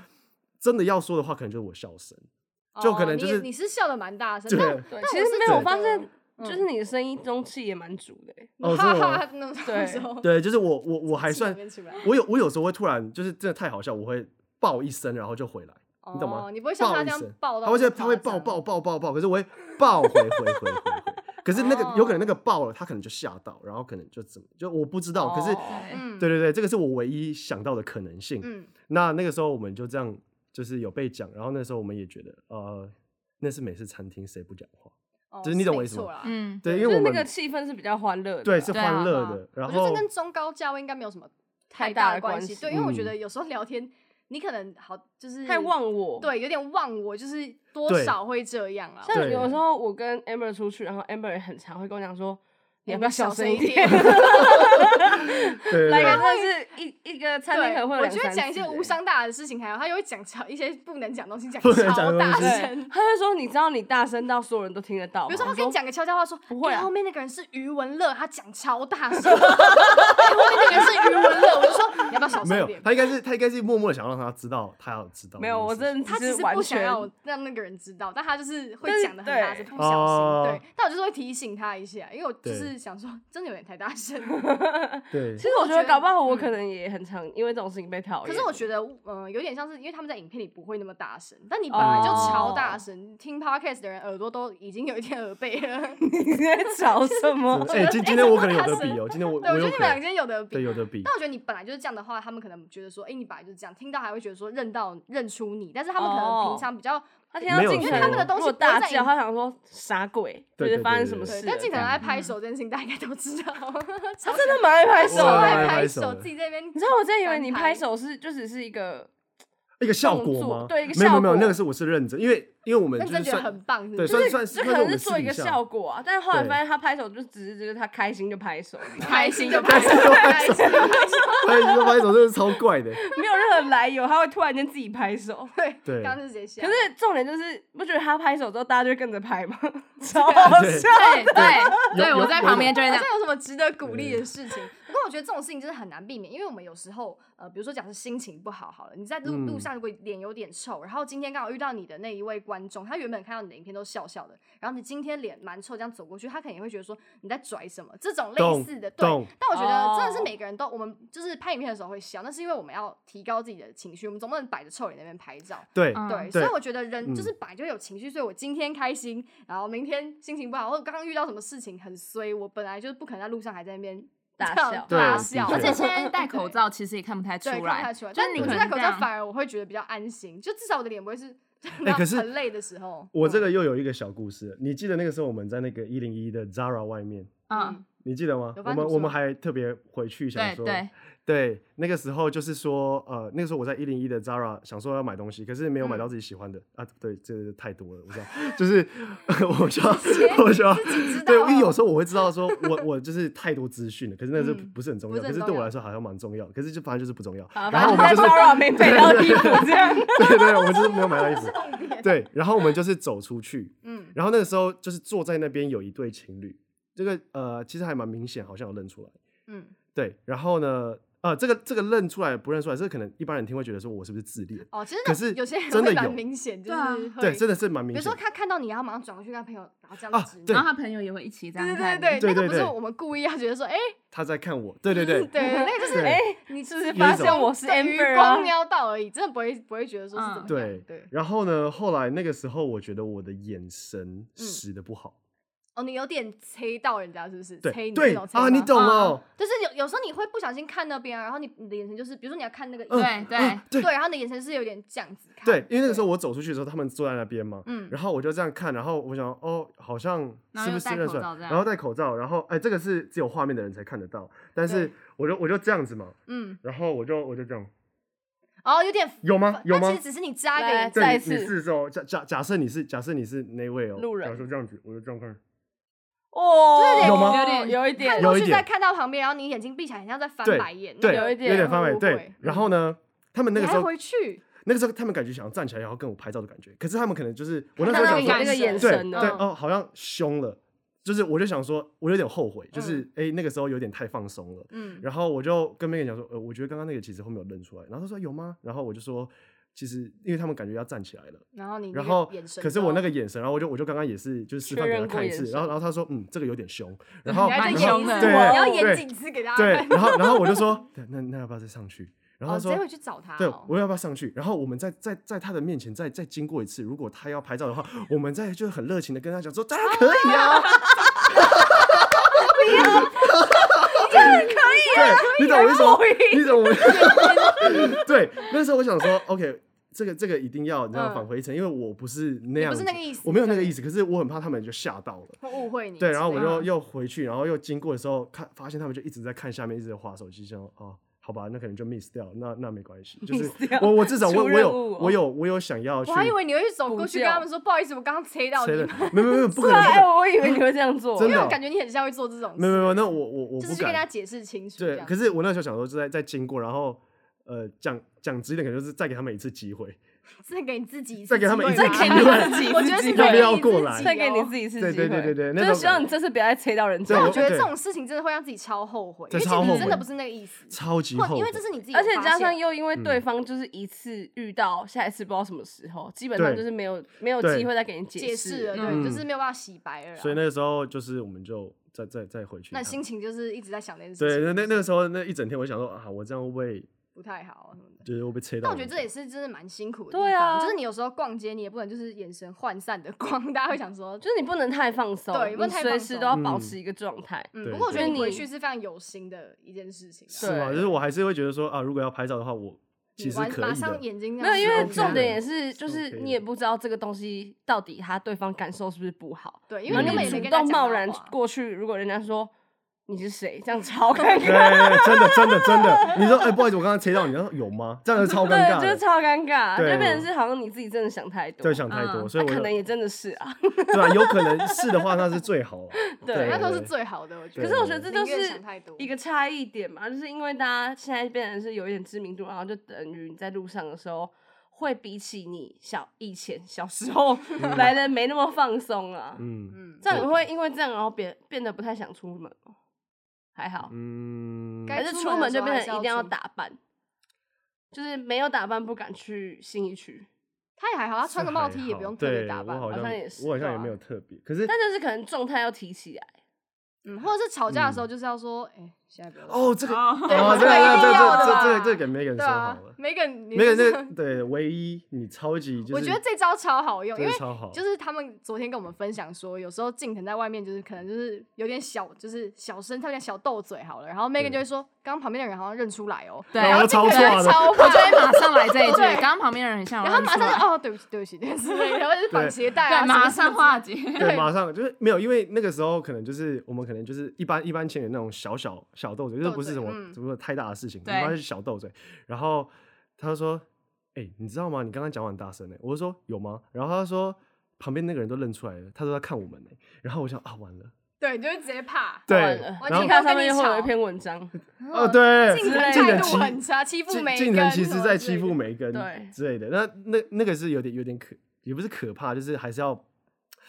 Speaker 2: 真的要说的话，可能就是我笑声，就可能就是
Speaker 1: 哦你是笑的蛮大声，但
Speaker 2: 对。
Speaker 3: 对，
Speaker 1: 但
Speaker 3: 其
Speaker 1: 我
Speaker 3: 实
Speaker 1: 是
Speaker 3: 没有，我
Speaker 1: 觉
Speaker 3: 发
Speaker 1: 得
Speaker 3: 现
Speaker 1: 嗯
Speaker 3: 就是你的声音中气也蛮足的欸，
Speaker 2: 哦
Speaker 1: 哈
Speaker 2: 是吗
Speaker 1: 哈 那种
Speaker 3: 对
Speaker 1: 时候，
Speaker 2: 对，就是我我我还
Speaker 1: 气
Speaker 2: 算
Speaker 1: 里面出来，
Speaker 2: 我有我有时候会突然就是真的太好笑，我会爆一声，然后就回来。你懂吗
Speaker 1: 哦？你不会像他
Speaker 2: 一
Speaker 1: 这样
Speaker 2: 声
Speaker 1: 爆到
Speaker 2: 他会
Speaker 1: 这么
Speaker 2: 在他会
Speaker 1: 夸
Speaker 2: 爆
Speaker 1: 张
Speaker 2: 爆爆爆爆，可是我会爆回回回回回。可是那个有可能那个爆了，他可能就吓到，然后可能就怎么就我不知哦道。可是
Speaker 3: 哦
Speaker 4: 对
Speaker 1: 嗯，
Speaker 2: 对对对，这个是我唯一想到的可能性。
Speaker 1: 嗯，
Speaker 2: 那那个时候我们就这样，就是有被讲，然后那时候我们也觉得，呃，那是美式餐厅，谁不讲话？
Speaker 1: 哦
Speaker 2: 就是你懂我
Speaker 1: 没
Speaker 2: 意思吗
Speaker 1: 错啦
Speaker 4: 嗯，
Speaker 2: 对，因
Speaker 3: 就
Speaker 2: 为
Speaker 3: 是
Speaker 2: 我
Speaker 3: 那
Speaker 2: 们
Speaker 3: 个气氛是比较欢乐的啊，
Speaker 2: 对是
Speaker 4: 对啊
Speaker 2: 欢乐
Speaker 1: 啊
Speaker 2: 的，然
Speaker 1: 我觉得
Speaker 2: 后
Speaker 1: 这跟中高价位应该没有什么
Speaker 3: 太
Speaker 1: 大
Speaker 3: 大的
Speaker 1: 关
Speaker 3: 关系
Speaker 1: 对，因为我觉
Speaker 2: 嗯
Speaker 1: 得有时候聊天，你可能好就是
Speaker 3: 太，忘我，。
Speaker 1: 嗯对，有点忘我，就是多
Speaker 2: 对
Speaker 1: 少会这样啊。
Speaker 3: 像
Speaker 2: 对
Speaker 3: 有时候我跟 Amber 出去，然后 Amber 也很常会跟我讲说，你要不要小声一
Speaker 1: 哎
Speaker 3: 点？
Speaker 1: 你小 声
Speaker 2: 对对
Speaker 3: 来
Speaker 2: 对
Speaker 3: 个真的是一一个餐厅可
Speaker 1: 对，
Speaker 3: 能会有
Speaker 1: 我觉得
Speaker 3: 两三
Speaker 1: 讲一些
Speaker 3: 次
Speaker 1: 无
Speaker 3: 欸
Speaker 1: 伤大雅的事情还好，他又会讲超一些不能讲的东西，讲
Speaker 2: 不能讲
Speaker 1: 超
Speaker 2: 的
Speaker 1: 大
Speaker 2: 东西
Speaker 3: 对，
Speaker 1: 声。
Speaker 3: 他就说你知道你大声到所有人都听得到吗，
Speaker 1: 比如说，他跟你讲个悄悄话说，
Speaker 3: 不会啊
Speaker 1: 哎后面那个人是余文乐，他讲超大声。哎 后面那个人是余文乐，我就说你要不要小
Speaker 2: 没
Speaker 1: 声一
Speaker 2: 有
Speaker 1: 点，？
Speaker 2: 他应该是他应该是默默的想让他知道，他要知道这件事情。
Speaker 3: 没有，我真的
Speaker 1: 他只
Speaker 3: 是
Speaker 1: 是
Speaker 3: 完
Speaker 1: 不想
Speaker 3: 全
Speaker 1: 要让那个人知道，但他就是会
Speaker 3: 但是
Speaker 1: 讲的很大
Speaker 3: 对
Speaker 1: 声，不小
Speaker 2: 哦
Speaker 1: 心。对，但我就是会提醒他一下，因为我就
Speaker 2: 对
Speaker 1: 是想说，真的有点太大声。
Speaker 2: 对
Speaker 3: 其实我觉得搞不好我可能也很常因为这种事情被讨厌。
Speaker 1: 嗯可是我觉得，嗯、有点像是因为他们在影片里不会那么大声，但你本来就超大声，听 podcast 的人耳朵都已经有一点耳背了。
Speaker 3: 你在吵什么？
Speaker 2: 哎，今今天我可能有得比哦，今天我
Speaker 1: 对，我觉
Speaker 2: 有
Speaker 1: 得你们两
Speaker 2: 可
Speaker 1: 个人有的比
Speaker 2: 对。有得比
Speaker 1: 但。我觉得你本来就是这样的话，他们可能觉得说，哎、你本来就是这样，听到还会觉得说认到认出你，但是他们可能
Speaker 3: 哦
Speaker 1: 平常比较、
Speaker 3: 他听到
Speaker 2: 没有
Speaker 3: 进
Speaker 2: 因
Speaker 3: 可
Speaker 2: 为
Speaker 3: 能
Speaker 2: 他们的
Speaker 1: 东西
Speaker 3: 如果
Speaker 1: 不会在
Speaker 3: 大
Speaker 1: 影
Speaker 3: 叫，他想说傻鬼，就
Speaker 2: 对
Speaker 3: 是发生什么
Speaker 1: 对
Speaker 3: 事，了？
Speaker 1: 但经
Speaker 3: 这
Speaker 1: 常
Speaker 3: 样
Speaker 1: 爱拍手这件事情，大家应该都知道，
Speaker 3: 他真的蛮爱拍手
Speaker 1: 超
Speaker 2: 哇
Speaker 3: 的。
Speaker 1: 爱
Speaker 2: 拍
Speaker 1: 拍
Speaker 2: 手
Speaker 1: 手，
Speaker 2: 的
Speaker 1: 自己在那边，你
Speaker 3: 你知道我真的以为你拍手是就只是一个
Speaker 2: 一个效
Speaker 3: 动
Speaker 2: 果
Speaker 3: 作
Speaker 2: 吗？
Speaker 3: 对一个
Speaker 2: 没有没有没
Speaker 3: 效
Speaker 2: 有，
Speaker 3: 果
Speaker 2: 那个是我是认真，因为因为我们
Speaker 1: 认
Speaker 2: 就
Speaker 1: 真觉
Speaker 2: 是
Speaker 1: 得
Speaker 2: 算
Speaker 1: 很棒，是不
Speaker 2: 对
Speaker 1: 是？
Speaker 3: 嗯
Speaker 2: 算
Speaker 3: 是这
Speaker 2: 算算
Speaker 3: 可
Speaker 2: 是我
Speaker 3: 能
Speaker 2: 们
Speaker 3: 是
Speaker 2: 私
Speaker 3: 做一
Speaker 2: 底
Speaker 3: 个
Speaker 2: 下
Speaker 3: 效果啊，但是后来
Speaker 2: 对
Speaker 3: 发现他拍手就只是就是他开心就拍手，
Speaker 1: 开心就拍手，开心就拍手，
Speaker 2: 拍手拍手真的是超 怪的。
Speaker 3: 没有任何来由，他会突然间自己拍手。
Speaker 1: 对，
Speaker 2: 对
Speaker 1: 刚刚是直接笑。
Speaker 3: 可是重点就是，不觉得他拍手之后大家就会跟着拍吗？超好
Speaker 2: 对
Speaker 3: 笑。
Speaker 1: 啊
Speaker 4: 对对
Speaker 2: 有
Speaker 4: 对，
Speaker 2: 有
Speaker 4: 我在旁边就会这
Speaker 1: 好
Speaker 4: 样
Speaker 1: 像。有什么值得鼓励的事情，那我觉得这种事情真的很难避免，因为我们有时候呃，比如说假设心情不好好了，你在路路
Speaker 2: 嗯
Speaker 1: 上如果脸有点臭，然后今天刚好遇到你的那一位观众，他原本看到你的影片都笑笑的，然后你今天脸蛮臭这样走过去，他可能也会觉得说你在拽什么，这种类
Speaker 2: 懂
Speaker 1: 似的对。
Speaker 2: 懂，
Speaker 1: 但我觉得真的是
Speaker 3: 哦
Speaker 1: 每个人都，我们就是拍影片的时候会笑，那是因为我们要提高自己的情绪，我们总不能摆着臭脸在那边拍照。
Speaker 2: 对，
Speaker 4: 嗯
Speaker 1: 对，所以
Speaker 2: 对
Speaker 1: 我觉得人就
Speaker 2: 嗯
Speaker 1: 是本来就有情绪，所以我今天开心，然后明天心情不好，或者刚刚遇到什么事情很衰，我本来就是不可能在路上还在那边
Speaker 3: 大
Speaker 1: 这样
Speaker 3: 笑
Speaker 1: 大
Speaker 2: 对
Speaker 1: 笑，
Speaker 2: 的
Speaker 4: 而
Speaker 2: 确
Speaker 4: 且现在戴口罩其实也看不太出
Speaker 1: 对
Speaker 4: 来，
Speaker 1: 看不太出来，
Speaker 4: 就
Speaker 1: 但
Speaker 4: 是你
Speaker 1: 我
Speaker 4: 可
Speaker 1: 觉得戴
Speaker 4: 能
Speaker 1: 口
Speaker 4: 这
Speaker 1: 罩
Speaker 4: 样
Speaker 1: 反而我会觉得比较安心，就至少我的脸不会是
Speaker 2: 哎可是
Speaker 1: 很累的时候。
Speaker 2: 我这
Speaker 1: 嗯
Speaker 2: 个又有一个小故事，你记得那个时候我们在那个一零一的 Zara 外面，
Speaker 4: 嗯，
Speaker 2: 你记得吗？
Speaker 1: 有
Speaker 2: 我
Speaker 1: 发生什么
Speaker 2: 们
Speaker 1: 事
Speaker 2: 我
Speaker 1: 吗
Speaker 2: 们还特别回去想
Speaker 4: 对
Speaker 2: 说，
Speaker 4: 对，
Speaker 2: 对那个时候就是说，呃，那个时候我在一零一的 Zara 想说要买东西，可是没有买
Speaker 1: 嗯
Speaker 2: 到自己喜欢的、啊，对，这个太多了，我知道，就是 我就要
Speaker 1: 些
Speaker 2: 我就要
Speaker 1: 自己知道
Speaker 2: 对，因为
Speaker 1: 了
Speaker 2: 有时候我会知道说我我就是太多资讯了，可是那是
Speaker 1: 嗯
Speaker 2: 不是很重
Speaker 1: 不
Speaker 2: 要？
Speaker 1: 是很
Speaker 2: 可是
Speaker 1: 重
Speaker 2: 对我
Speaker 1: 要
Speaker 2: 来说好像蛮重要，可是就反正就是不重要。
Speaker 3: 好，
Speaker 2: 然后我
Speaker 3: 反正
Speaker 2: 们
Speaker 3: 在
Speaker 2: 就是
Speaker 3: Zara 没买到衣服这样。
Speaker 2: 对对，我们就是没有买到衣服，对，然后我们就是走出去，
Speaker 1: 嗯，
Speaker 2: 然后那个时候就是坐在那边有一对情侣，这个呃其实还蛮明显，好像有认出来。
Speaker 1: 嗯，
Speaker 2: 对，然后呢，呃，这个这个认出来不认出来，这个可能一般人听会觉得说我是不是自恋？
Speaker 1: 哦，其实那
Speaker 2: 可是
Speaker 1: 有些人
Speaker 2: 真的
Speaker 1: 会蛮
Speaker 2: 有
Speaker 1: 明显，就
Speaker 4: 对啊
Speaker 1: 是
Speaker 2: 对，真
Speaker 1: 的，
Speaker 2: 的是蛮
Speaker 1: 比
Speaker 2: 明
Speaker 1: 如
Speaker 2: 显
Speaker 1: 说
Speaker 2: 的。
Speaker 1: 他看到你，然后马上转过去跟他朋友，然后这样
Speaker 2: 啊
Speaker 1: 子，
Speaker 2: 对
Speaker 4: 然后他朋友也会一起这样
Speaker 1: 对
Speaker 4: 看
Speaker 1: 对
Speaker 4: 你，
Speaker 1: 对对，那个
Speaker 2: 对
Speaker 1: 不
Speaker 2: 对
Speaker 1: 是
Speaker 2: 对
Speaker 1: 我们故意要觉得说，哎，嗯
Speaker 2: 他在看我，对对对
Speaker 1: 对，那个就是
Speaker 2: 对
Speaker 3: 哎，你 是不是发
Speaker 2: 有一种
Speaker 3: 现我是
Speaker 1: 对余
Speaker 3: Amber
Speaker 1: 光
Speaker 3: 啊？
Speaker 1: 瞄到而已，真的不会不会觉得说是怎么样。
Speaker 4: 嗯
Speaker 2: 对
Speaker 1: 对，
Speaker 2: 然后呢，后来那个时候，我觉得我的眼神使的不好，
Speaker 1: 哦，你有点催到人家是不是？催
Speaker 2: 对
Speaker 1: 你
Speaker 2: 对
Speaker 1: 那种催
Speaker 2: 啊，你
Speaker 1: 吗
Speaker 2: 懂哦，
Speaker 1: 就是有有时候你会不小心看那边啊，然后你你的眼神就是，比如说你要看那个
Speaker 2: 嗯
Speaker 4: 对对
Speaker 2: 啊对
Speaker 1: 对，然后你的眼神是有点这样子看。
Speaker 2: 对，因为那个时候我走出去的时候，他们坐在那边嘛，
Speaker 1: 嗯，
Speaker 2: 然后我就这样看，然后我想，哦，好像
Speaker 4: 然后
Speaker 2: 是不
Speaker 4: 又
Speaker 2: 是
Speaker 4: 戴
Speaker 2: 认
Speaker 4: 口
Speaker 2: 出来
Speaker 4: 罩这？样
Speaker 2: 然后戴口罩，然后哎，这个是只有画面的人才看得到，但是
Speaker 1: 对
Speaker 2: 我就我就这样子嘛，
Speaker 1: 嗯，
Speaker 2: 然后我就我就这样，
Speaker 1: 然哦后有点
Speaker 2: 有吗
Speaker 1: 那
Speaker 2: 有吗
Speaker 1: 其实只是你扎一个
Speaker 3: 来
Speaker 1: 眼
Speaker 2: 对
Speaker 1: 睛，
Speaker 3: 再
Speaker 2: 你
Speaker 3: 次
Speaker 2: 你四周假假假设你是假设你是那位哦，
Speaker 3: 路人
Speaker 2: 假设这样子，我就这样看，
Speaker 3: 哦
Speaker 1: 就是有点有
Speaker 3: 有
Speaker 2: 吗
Speaker 3: 点有一点
Speaker 1: 看
Speaker 2: 有
Speaker 1: 过
Speaker 2: 一
Speaker 1: 去再
Speaker 2: 点
Speaker 1: 看到旁边，然后你眼睛闭起来，很像在翻
Speaker 2: 对
Speaker 1: 白眼。那
Speaker 2: 对，
Speaker 1: 个
Speaker 3: 有一点
Speaker 2: 翻白眼，
Speaker 1: 误
Speaker 2: 对
Speaker 1: 会。
Speaker 2: 然后呢，他们那个
Speaker 1: 你
Speaker 2: 时
Speaker 1: 还
Speaker 2: 候
Speaker 1: 回去，
Speaker 2: 那个时候他们感觉想要站起来，然后跟我拍照的感觉，可是他们可能就是我那时
Speaker 3: 看
Speaker 2: 候
Speaker 3: 到你
Speaker 2: 想说
Speaker 3: 那个眼
Speaker 2: 对
Speaker 3: 神
Speaker 2: 对
Speaker 3: 呢，
Speaker 1: 嗯
Speaker 2: 哦，好像凶了，就是我就想说，我有点后悔，
Speaker 3: 嗯
Speaker 2: 就是哎、诶那个时候有点太放松了。
Speaker 1: 嗯，
Speaker 2: 然后我就跟 Megan 讲说，呃，我觉得刚刚那个其实后面有认出来，然后他说有吗？然后我就说，其实因为他们感觉要站起来了，
Speaker 1: 然后你那
Speaker 2: 然
Speaker 1: 个
Speaker 2: 后
Speaker 1: 眼神，哦
Speaker 2: 可是我那个眼神，然后我就我就刚刚也是就是示范
Speaker 3: 确
Speaker 2: 给他
Speaker 3: 认过
Speaker 2: 看一
Speaker 3: 眼
Speaker 2: 次，
Speaker 3: 神
Speaker 2: 然后然后他说，嗯，这个有点 凶，然后
Speaker 1: 你还
Speaker 4: 蛮
Speaker 1: 在
Speaker 2: 然
Speaker 1: 演
Speaker 2: 后
Speaker 4: 凶
Speaker 1: 一
Speaker 4: 的
Speaker 1: 次，
Speaker 2: 对
Speaker 1: 你要
Speaker 2: 对
Speaker 1: 演几次给大家
Speaker 2: 对
Speaker 1: 看，，
Speaker 2: 然后然后我就 说，对那那要不要再上去？然后
Speaker 1: 哦，
Speaker 2: 他
Speaker 1: 直
Speaker 2: 说
Speaker 1: 接。回去找他哦。
Speaker 2: 对，我要不要上去？然后我们再再在他的面前再再经过一次，如果他要拍照的话，我们再就是很热情的跟他讲说，当然可以啊，可以啊，对，你懂我意思吗？你懂我意思？ 对，那时候我想说，OK，这个这个一定要你知道
Speaker 1: 嗯
Speaker 2: 返回一层，因为我不是那样，
Speaker 1: 不是那个意思
Speaker 2: 我没有那个
Speaker 1: 对
Speaker 2: 意思，可是我很怕他们就吓到了。
Speaker 1: 会误会你之类哦的。
Speaker 2: 对，然后我
Speaker 4: 类
Speaker 2: 就
Speaker 4: 的
Speaker 2: 又回去，然后又经过的时候看，发现他们就一直在看下面，一直在划手机，想哦，好吧，那可能就 miss 掉，那那没关系，就是
Speaker 3: Miss 掉
Speaker 2: 我我至少
Speaker 3: 出
Speaker 2: 我我
Speaker 3: 任
Speaker 2: 有
Speaker 3: 务哦
Speaker 2: 我有我有想要去
Speaker 1: 我还以为你会走
Speaker 3: 补
Speaker 1: 过去
Speaker 3: 救
Speaker 1: 跟他们说，不好意思，我刚刚催到你啊
Speaker 2: 谁的
Speaker 1: 们，，
Speaker 2: 没有 没有没有不可能，
Speaker 3: 哎，
Speaker 2: 不
Speaker 3: 我以为你会这样做，
Speaker 2: 真
Speaker 1: 因
Speaker 2: 的
Speaker 1: 为
Speaker 2: 哦
Speaker 1: 我感觉你很像会做这种
Speaker 2: 可能没有没
Speaker 1: 事，
Speaker 2: 有没有，那我我我
Speaker 1: 就
Speaker 2: 不
Speaker 1: 是去跟他
Speaker 2: 敢，
Speaker 1: 解释清楚这
Speaker 2: 对，
Speaker 1: 样。
Speaker 2: 可是我那时候想说就在在经过，然后呃讲讲直一点，可能就是再给他们一次机会，
Speaker 1: 再给你自己一次
Speaker 2: 再给他们
Speaker 1: 机
Speaker 2: 一
Speaker 1: 会
Speaker 2: 次
Speaker 1: 吧
Speaker 2: 机
Speaker 3: 会自己
Speaker 1: 我觉得
Speaker 3: 自己
Speaker 1: 是
Speaker 3: 要不
Speaker 2: 要
Speaker 1: 给你
Speaker 2: 过
Speaker 1: 自
Speaker 2: 来
Speaker 1: 己
Speaker 3: 再给你
Speaker 1: 哦
Speaker 3: 自己一次机
Speaker 2: 对
Speaker 3: 会。
Speaker 2: 对对对对，那
Speaker 3: 就是
Speaker 2: 种
Speaker 3: 希望
Speaker 2: 感
Speaker 3: 你
Speaker 2: 觉
Speaker 3: 这次不要再催到人
Speaker 2: 对
Speaker 1: 但
Speaker 3: 家
Speaker 1: 我
Speaker 2: 我。
Speaker 1: 觉得
Speaker 2: 对
Speaker 1: 这种事情真的会让自己超后悔，因
Speaker 2: 对
Speaker 1: 为其
Speaker 2: 超
Speaker 1: 实
Speaker 2: 后
Speaker 1: 你真的
Speaker 2: 悔
Speaker 1: 不是那个意思，
Speaker 2: 超级
Speaker 1: 或
Speaker 2: 后
Speaker 1: 因为
Speaker 2: 悔
Speaker 1: 这，是你自己，
Speaker 3: 而且加上。又因为
Speaker 2: 嗯
Speaker 3: 对方就是一次遇到下一次不知道什么时候，基本上
Speaker 2: 对
Speaker 3: 就是没有没有
Speaker 2: 对
Speaker 3: 机会再给你
Speaker 1: 解释
Speaker 3: 释
Speaker 1: 了，
Speaker 3: 了。
Speaker 1: 对，
Speaker 2: 嗯
Speaker 1: 就是没有办法洗白了啦。
Speaker 2: 所以那个时候就是我们就再再再回去一趟，
Speaker 1: 那心情就是一直在想这件事
Speaker 2: 对，
Speaker 1: 情，
Speaker 2: 那那那个时候那一整天我想说啊，我这样会不会
Speaker 1: 不太好啊什么的。
Speaker 2: 就是会被吹到
Speaker 1: 但
Speaker 2: 我
Speaker 1: 我
Speaker 2: 们
Speaker 1: 觉得
Speaker 2: 家？
Speaker 1: 这也是真的蛮辛苦的地方，
Speaker 3: 对啊
Speaker 1: 就是你有时候逛街，你也不能就是眼神涣散的 逛，大家会想说，
Speaker 3: 就是你不能太放松，
Speaker 1: 对不能
Speaker 3: 你
Speaker 1: 太
Speaker 3: 随
Speaker 1: 放
Speaker 3: 时
Speaker 1: 松
Speaker 3: 都要
Speaker 2: 嗯
Speaker 3: 保持一个状态。
Speaker 1: 嗯，
Speaker 2: 对
Speaker 1: 不过我觉
Speaker 3: 对
Speaker 1: 得你
Speaker 3: 对
Speaker 1: 回去是非常有心的一件事情啊，
Speaker 2: 是吗？
Speaker 3: 对
Speaker 2: 就是我还是会觉得说啊，如果要拍照的话，我其
Speaker 1: 你
Speaker 2: 实
Speaker 1: 完
Speaker 2: 可
Speaker 1: 马
Speaker 2: 以的
Speaker 1: 上。眼睛这
Speaker 3: 没有，
Speaker 1: 样
Speaker 3: 因
Speaker 1: 子
Speaker 3: 为
Speaker 2: OK
Speaker 3: 重
Speaker 2: 的
Speaker 3: 点也是，就是
Speaker 2: OK
Speaker 3: 你
Speaker 2: 的
Speaker 3: 也不知道这个东西到底他对方感受是不是不好，
Speaker 1: 对，因
Speaker 3: 然
Speaker 1: 为根
Speaker 3: 后
Speaker 2: 你
Speaker 1: 本
Speaker 3: 你
Speaker 1: 也
Speaker 3: 主
Speaker 1: 没跟他
Speaker 3: 动
Speaker 1: 讲
Speaker 3: 贸
Speaker 1: 到啊
Speaker 3: 然
Speaker 1: 话
Speaker 3: 过去，如果人家说你是谁，这样超尴
Speaker 2: 对，
Speaker 3: 尬，
Speaker 2: 真的，真的，真的。你说，哎，不好意思，我刚刚切到你，然后有吗？这样子超尴尬
Speaker 3: 对，就是
Speaker 2: 的，
Speaker 3: 超尴尬，就
Speaker 2: 对
Speaker 3: 变成是好像你自己真的想太多，
Speaker 2: 对，想太多，
Speaker 4: 嗯
Speaker 2: 所以
Speaker 3: 那
Speaker 2: 我
Speaker 3: 可
Speaker 2: 就
Speaker 3: 能也真的是啊，
Speaker 2: 对吧？有可能是的话，那是最 好。
Speaker 3: 对
Speaker 1: 那都是最好的，我觉
Speaker 2: 对
Speaker 1: 得。
Speaker 3: 可是我觉得这
Speaker 1: 宁
Speaker 3: 就
Speaker 1: 愿
Speaker 3: 是
Speaker 1: 想太多
Speaker 3: 一个差异点嘛，就是因为大家现在变成是有一点知名度，然后就等于你在路上的时候，会比起你小以前小时候来的没那么放松啊。
Speaker 2: 嗯，
Speaker 1: 嗯，
Speaker 3: 这样你会因为这样，然后变变得不太想出门。还好，
Speaker 2: 嗯，
Speaker 1: 该
Speaker 3: 还是
Speaker 1: 哎出
Speaker 3: 出
Speaker 1: 门的
Speaker 3: 门
Speaker 1: 时
Speaker 3: 就
Speaker 1: 候
Speaker 3: 变
Speaker 1: 还是
Speaker 3: 成一
Speaker 1: 要
Speaker 3: 定要
Speaker 1: 出
Speaker 3: 打扮，就是没有打扮不敢去信义区，
Speaker 1: 他也还好，他穿个帽 T 也不用特别
Speaker 2: 对
Speaker 1: 打扮
Speaker 2: 我好
Speaker 1: 吧。
Speaker 2: 像
Speaker 3: 好像也是
Speaker 2: 我好像
Speaker 3: 对
Speaker 2: 也
Speaker 3: 啊
Speaker 2: 没有特别，可是
Speaker 3: 但就是可能状态要提起来。
Speaker 1: 嗯，或者是吵架的时候就是要说，哎、现在不要吵。
Speaker 2: 哦，这个
Speaker 4: 哦
Speaker 2: 哦，
Speaker 1: 对
Speaker 2: 这
Speaker 1: 这个一
Speaker 2: 个
Speaker 1: 定要的
Speaker 2: 这这
Speaker 1: 吧
Speaker 2: 这这给 Megan
Speaker 1: 对
Speaker 2: 说好
Speaker 1: 啊
Speaker 2: 了
Speaker 1: ，Megan，你
Speaker 2: ，Megan
Speaker 1: 就是
Speaker 2: 这对唯一你超级就是，
Speaker 1: 我觉得这招超好用，因
Speaker 2: 真
Speaker 1: 为
Speaker 2: 的超好，
Speaker 1: 就是他们昨天跟我们分享说，有时候静腾在外面就是可能就是有点小，就是小声，他们讲小斗嘴好了，然后 Megan 就会说，刚刚旁边的人好像认出来哦，
Speaker 4: 对
Speaker 1: 然后静腾
Speaker 2: 然后
Speaker 1: 就
Speaker 2: 超
Speaker 1: 超
Speaker 4: 我就
Speaker 1: 快
Speaker 4: 会。马上来这一句，
Speaker 1: 对
Speaker 4: 刚刚旁边的人很像，
Speaker 1: 然后马上
Speaker 4: 就
Speaker 1: 就哦，对不起，对不起，对之类的，然后就是绑
Speaker 2: 对
Speaker 1: 鞋带啊，
Speaker 4: 对，马
Speaker 1: 什么
Speaker 4: 上
Speaker 1: 什么
Speaker 4: 化解。
Speaker 2: 对，马上就是没有，因为那个时候可能就是我们可能就是一般一般情侣那种小小小斗嘴，就是
Speaker 1: 斗
Speaker 2: 不
Speaker 1: 嘴
Speaker 2: 是什么
Speaker 1: 嗯
Speaker 2: 什么太大的事情，一
Speaker 4: 对
Speaker 2: 般是小斗嘴。然后他说：“哎、你知道吗？你刚刚讲话很大声呢。”我就说：“有吗？”然后他说：“旁边那个人都认出来了，他都在看我们呢。”然后我想啊，完了，
Speaker 1: 对，你就会直接怕。
Speaker 2: 对，
Speaker 3: 完了
Speaker 2: 然
Speaker 1: 我今
Speaker 2: 后
Speaker 1: 天
Speaker 3: 它上面会有一篇文章，
Speaker 2: 哦，对，
Speaker 1: 静
Speaker 3: 之类
Speaker 1: 腾
Speaker 3: 的
Speaker 1: 态度
Speaker 2: 其
Speaker 1: 很差，欺负
Speaker 2: 近
Speaker 1: 每
Speaker 2: 近藤其实在欺负
Speaker 1: 每。
Speaker 2: 梅根
Speaker 3: 对
Speaker 2: 之类的。那那那个是有点有点可，也不是可怕，就是还是要，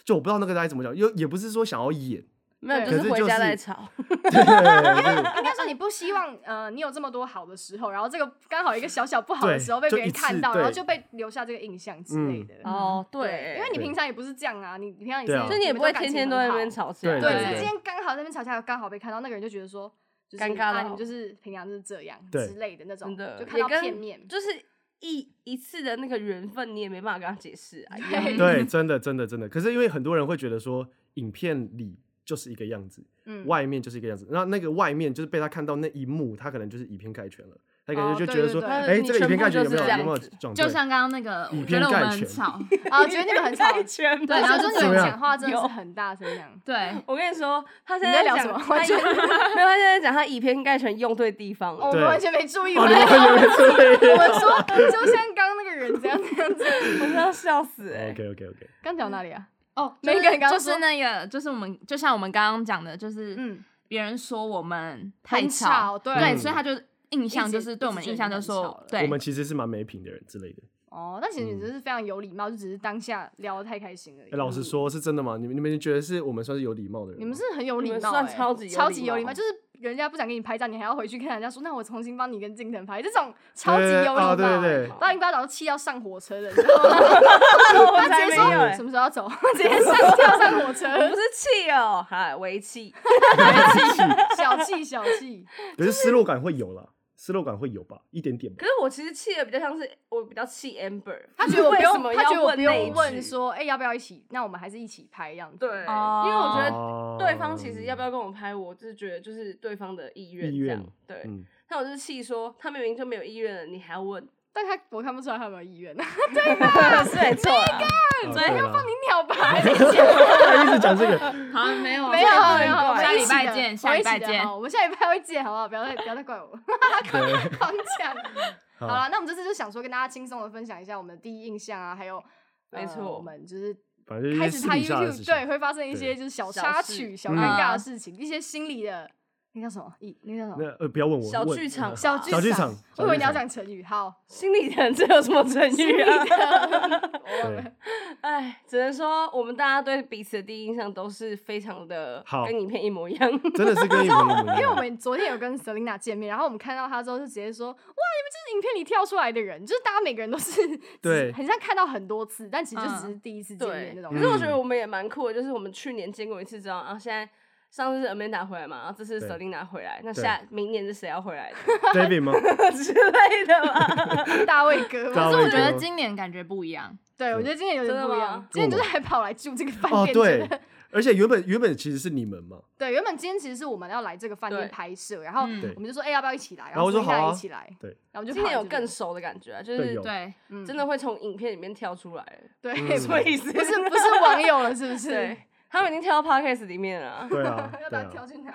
Speaker 2: 就我不知道那个该怎么讲，又也不是说想要演，
Speaker 3: 没有
Speaker 1: 对
Speaker 3: 就
Speaker 2: 可是
Speaker 3: 回
Speaker 2: 就
Speaker 3: 家
Speaker 2: 是
Speaker 3: 再吵。
Speaker 2: 对，就是
Speaker 1: 应该说你不希望呃，你有这么多好的时候，然后这个刚好一个小小不好
Speaker 2: 对
Speaker 1: 的时候被
Speaker 2: 就
Speaker 1: 别人
Speaker 2: 一次
Speaker 1: 看到，然后
Speaker 2: 对嗯
Speaker 1: 就被留下这个印象之类的。
Speaker 3: 哦， 对，
Speaker 1: 因为你
Speaker 2: 对
Speaker 1: 平常也不是这样啊，你你平常也
Speaker 2: 对
Speaker 1: 是，
Speaker 2: 啊
Speaker 3: 就你也不会天天都在那边
Speaker 1: 边。
Speaker 3: 吵架，
Speaker 1: 对，
Speaker 2: 对
Speaker 1: 只是
Speaker 2: 对
Speaker 1: 今天刚好在那边吵架，刚好被看到，那个人就觉得说，就是
Speaker 3: 尴尬到
Speaker 1: 啊，你们就是平常就是这样
Speaker 2: 对
Speaker 1: 之类的那种
Speaker 3: 真，的
Speaker 1: 就看到
Speaker 3: 也跟
Speaker 1: 片面。
Speaker 3: 就是一一次的那个缘分，你也没办法跟他解释啊。一样
Speaker 1: 对
Speaker 2: 对，真的真的真的。可是因为很多人会觉得说，影片里就是一个样子，
Speaker 1: 嗯，
Speaker 2: 外面就是一个样子，那那个外面就是被他看到那一幕，他可能就是以偏概全了，他可
Speaker 1: 哦
Speaker 2: 能就
Speaker 1: 对
Speaker 2: 觉得
Speaker 1: 对
Speaker 2: 说，
Speaker 1: 对
Speaker 2: 哎，
Speaker 3: 你
Speaker 2: 这个以
Speaker 3: 全
Speaker 2: 偏
Speaker 3: 部
Speaker 2: 概
Speaker 3: 就
Speaker 2: 全有
Speaker 3: 是
Speaker 2: 没有
Speaker 3: 这
Speaker 2: 有没有
Speaker 3: 样子
Speaker 2: 撞对？
Speaker 4: 就像刚刚那个，
Speaker 2: 以
Speaker 4: 我觉得
Speaker 2: 偏
Speaker 4: 我
Speaker 2: 概
Speaker 4: 们
Speaker 2: 全
Speaker 4: 很 吵，
Speaker 1: 啊，觉得你们 很吵，
Speaker 3: 全
Speaker 4: 对，然后就是
Speaker 1: 你
Speaker 2: 怎
Speaker 1: 们
Speaker 2: 么样
Speaker 1: 讲话真的是很大声这样。
Speaker 4: 对，
Speaker 3: 我跟你说，他现
Speaker 1: 你在
Speaker 3: 在
Speaker 1: 聊
Speaker 3: 讲
Speaker 1: 什么
Speaker 3: 他
Speaker 1: 完全
Speaker 3: 没有，他现在讲他以偏概全用对地方
Speaker 1: 哦我
Speaker 3: 了。
Speaker 1: 们
Speaker 2: 对
Speaker 1: 完全没注意，我
Speaker 2: 哦，
Speaker 1: 们
Speaker 2: 你们很有人
Speaker 1: 我们说就像刚刚那个人这样这样子。
Speaker 3: 我真的要笑死哎！
Speaker 2: OK OK OK，
Speaker 1: 刚讲哪里啊？
Speaker 4: 哦
Speaker 1: 每个人刚刚
Speaker 4: 就
Speaker 1: 说
Speaker 4: 是那个，就是我们就像我们刚刚讲的，就是
Speaker 1: 嗯，
Speaker 4: 别人说我们太
Speaker 1: 很吵对
Speaker 4: 对，
Speaker 2: 嗯
Speaker 4: 所以他就印象就
Speaker 1: 一直
Speaker 4: 是对我们印象就
Speaker 1: 一直觉得你
Speaker 4: 说
Speaker 1: 很吵，
Speaker 4: 对
Speaker 2: 我，们其实是蛮没品的人之类的。
Speaker 1: 哦，但其实你只是非常有礼貌，就只是当下聊得太开心而已。
Speaker 2: 嗯哎，老实说，是真的吗？你们你们觉得是我们算是有礼貌的人吗？
Speaker 1: 你们是很有
Speaker 3: 你
Speaker 1: 礼
Speaker 3: 们
Speaker 1: 貌欸、
Speaker 3: 算超级有
Speaker 1: 超
Speaker 3: 礼
Speaker 1: 级有礼
Speaker 3: 貌啊
Speaker 1: 貌，就是人家不想给你拍照，你还要回去跟人家说，那我重新帮你跟镜腾拍，这种超级有
Speaker 2: 对
Speaker 1: 礼貌、哎
Speaker 2: 哦对对对
Speaker 1: 把你巴掌都气到上火车了，你知 道吗？
Speaker 3: 我
Speaker 1: 他直
Speaker 3: 才没
Speaker 1: 接
Speaker 3: 有
Speaker 1: 说
Speaker 3: 哎
Speaker 1: 什，么时候要走， 直接上跳上火车，
Speaker 3: 我不是气哦，哈，为气。
Speaker 1: 小气小气。
Speaker 2: 可是失落感会有啦，失落感会有吧，一点点吧
Speaker 3: 可。是我其实气的比较像是我比较气 Amber，
Speaker 1: 他觉得我
Speaker 3: 为
Speaker 1: 不
Speaker 3: 什
Speaker 1: 用
Speaker 3: 么，
Speaker 1: 他觉得我
Speaker 3: 要
Speaker 1: 不
Speaker 3: 问那一
Speaker 1: 用
Speaker 3: 句
Speaker 1: 问说，哎、要不要一起？那我们还是一起拍这样子。
Speaker 3: 对，因为
Speaker 4: 哦
Speaker 3: 我觉得
Speaker 2: 哦
Speaker 3: 对方其实要不要跟我拍，我就是觉得就是对方的意愿
Speaker 2: 意
Speaker 3: 这
Speaker 2: 愿
Speaker 3: 样。对，
Speaker 2: 嗯，
Speaker 3: 但我就是气说他明明就没有意愿了，你还要问？
Speaker 1: 但他我看不出来他有没有意 愿，
Speaker 2: 啊
Speaker 3: 是没错 啊，
Speaker 2: 哦
Speaker 4: 所以
Speaker 2: 对
Speaker 4: 要
Speaker 2: 啦
Speaker 1: 你鸟 吧，还在
Speaker 2: 他一直讲这个，
Speaker 4: 好像没有
Speaker 1: 没有
Speaker 4: 这个
Speaker 1: 没有，我们
Speaker 4: 下
Speaker 1: 一
Speaker 4: 礼
Speaker 1: 起
Speaker 4: 拜
Speaker 1: 的
Speaker 4: 见，
Speaker 1: 我
Speaker 4: 下
Speaker 1: 们
Speaker 4: 礼
Speaker 1: 一
Speaker 4: 拜
Speaker 1: 起的
Speaker 4: 见
Speaker 1: 好，我们下礼拜会见，好不好？不要再不要再怪我，
Speaker 2: 对，
Speaker 1: 狂讲。
Speaker 2: 好
Speaker 1: 好了，那我们这次就想说跟大家轻松的分享一下我们的第一印象啊，还有呃
Speaker 3: 没错
Speaker 1: 我们就是
Speaker 2: 反正就
Speaker 1: 开始
Speaker 2: 是私
Speaker 1: 拍
Speaker 2: 底下的事
Speaker 1: YouTube 对
Speaker 2: 情。
Speaker 1: 会发生一些
Speaker 2: 对
Speaker 1: 就是小
Speaker 3: 小
Speaker 1: 插
Speaker 3: 事
Speaker 1: 曲、小
Speaker 2: 嗯
Speaker 1: 尴尬的事情，一些心理的那叫什么？一那叫什
Speaker 2: 那
Speaker 1: 么？
Speaker 2: 呃，不要问我。
Speaker 3: 小
Speaker 2: 问
Speaker 3: 剧场
Speaker 1: 小
Speaker 3: 小
Speaker 1: 剧
Speaker 2: 小剧场
Speaker 1: 场。
Speaker 2: 小
Speaker 1: 我以为
Speaker 2: 剧
Speaker 1: 你要
Speaker 2: 场
Speaker 1: 讲成语， 好，
Speaker 3: 心理人这有什么成
Speaker 1: 心
Speaker 3: 语
Speaker 1: 理
Speaker 3: 啊？
Speaker 1: 的，我忘了
Speaker 2: 对，
Speaker 3: 哎，只能说我们大家对彼此的第一印象都是非常的
Speaker 2: 好
Speaker 3: 跟影片一模 一样。
Speaker 2: 真的是跟你们一模一样，
Speaker 1: 因为我们昨天有跟 Selina 见面，然后我们看到她之后就直接说：“哇，你们就是影片里跳出来的人，就是大家每个人都是
Speaker 2: 对
Speaker 1: 只很像看到很多次，但其实就只是
Speaker 4: 嗯
Speaker 1: 第一次见
Speaker 3: 对
Speaker 1: 面那，种
Speaker 3: 可。是我
Speaker 2: 嗯
Speaker 3: 觉得我们也蛮酷的，就是我们去年见过一次之后，然后现在上次是 Amanda 回来嘛，然后这次
Speaker 2: 对
Speaker 3: Selina 回来，那
Speaker 2: 对
Speaker 3: 下明年是谁要回来的
Speaker 2: David 吗？
Speaker 3: 之类的 嘛？
Speaker 1: 大卫 哥嘛，
Speaker 2: 大
Speaker 4: 可
Speaker 2: 卫
Speaker 4: 是我觉
Speaker 2: 哥
Speaker 4: 得今年感觉不一样，
Speaker 1: 对我觉得今天有点
Speaker 3: 真的
Speaker 1: 不一样
Speaker 3: 吗，
Speaker 1: 今天就是还跑来住这个饭
Speaker 2: 哦，
Speaker 1: 店，觉
Speaker 2: 对
Speaker 1: 得，
Speaker 2: 而且原本原本其实是你们嘛，
Speaker 1: 对，原本今天其实是我们要来这个饭店
Speaker 3: 对
Speaker 1: 拍摄，然后
Speaker 4: 嗯
Speaker 1: 我们就说：哎，要不要一起来？
Speaker 2: 然后我说
Speaker 1: Selina
Speaker 2: 好啊
Speaker 1: 一起来。
Speaker 2: 对，
Speaker 1: 然后我们就
Speaker 3: 今年
Speaker 1: 跑
Speaker 3: 有
Speaker 1: 来这
Speaker 3: 更
Speaker 1: 边
Speaker 3: 熟的感觉啊，就
Speaker 2: 对
Speaker 3: 是
Speaker 2: 有
Speaker 4: 对，
Speaker 1: 嗯
Speaker 3: 真的会从影片里面跳出来了，
Speaker 1: 对，
Speaker 2: 嗯
Speaker 1: 不
Speaker 3: 什么 意思？
Speaker 1: 是不是网友了，是不 是？
Speaker 3: 对，他们已经跳到 podcast 里面了啊。
Speaker 1: ，
Speaker 2: 对啊
Speaker 1: 要
Speaker 2: 对
Speaker 1: 把它
Speaker 2: 啊，
Speaker 1: 调去哪？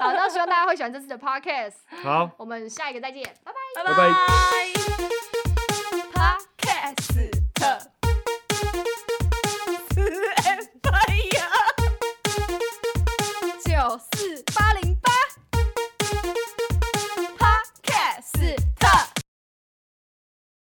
Speaker 1: 好，那希望大家会喜欢这次的 podcast，
Speaker 2: 好，
Speaker 1: 我们下一个再见，拜拜。
Speaker 2: 拜拜。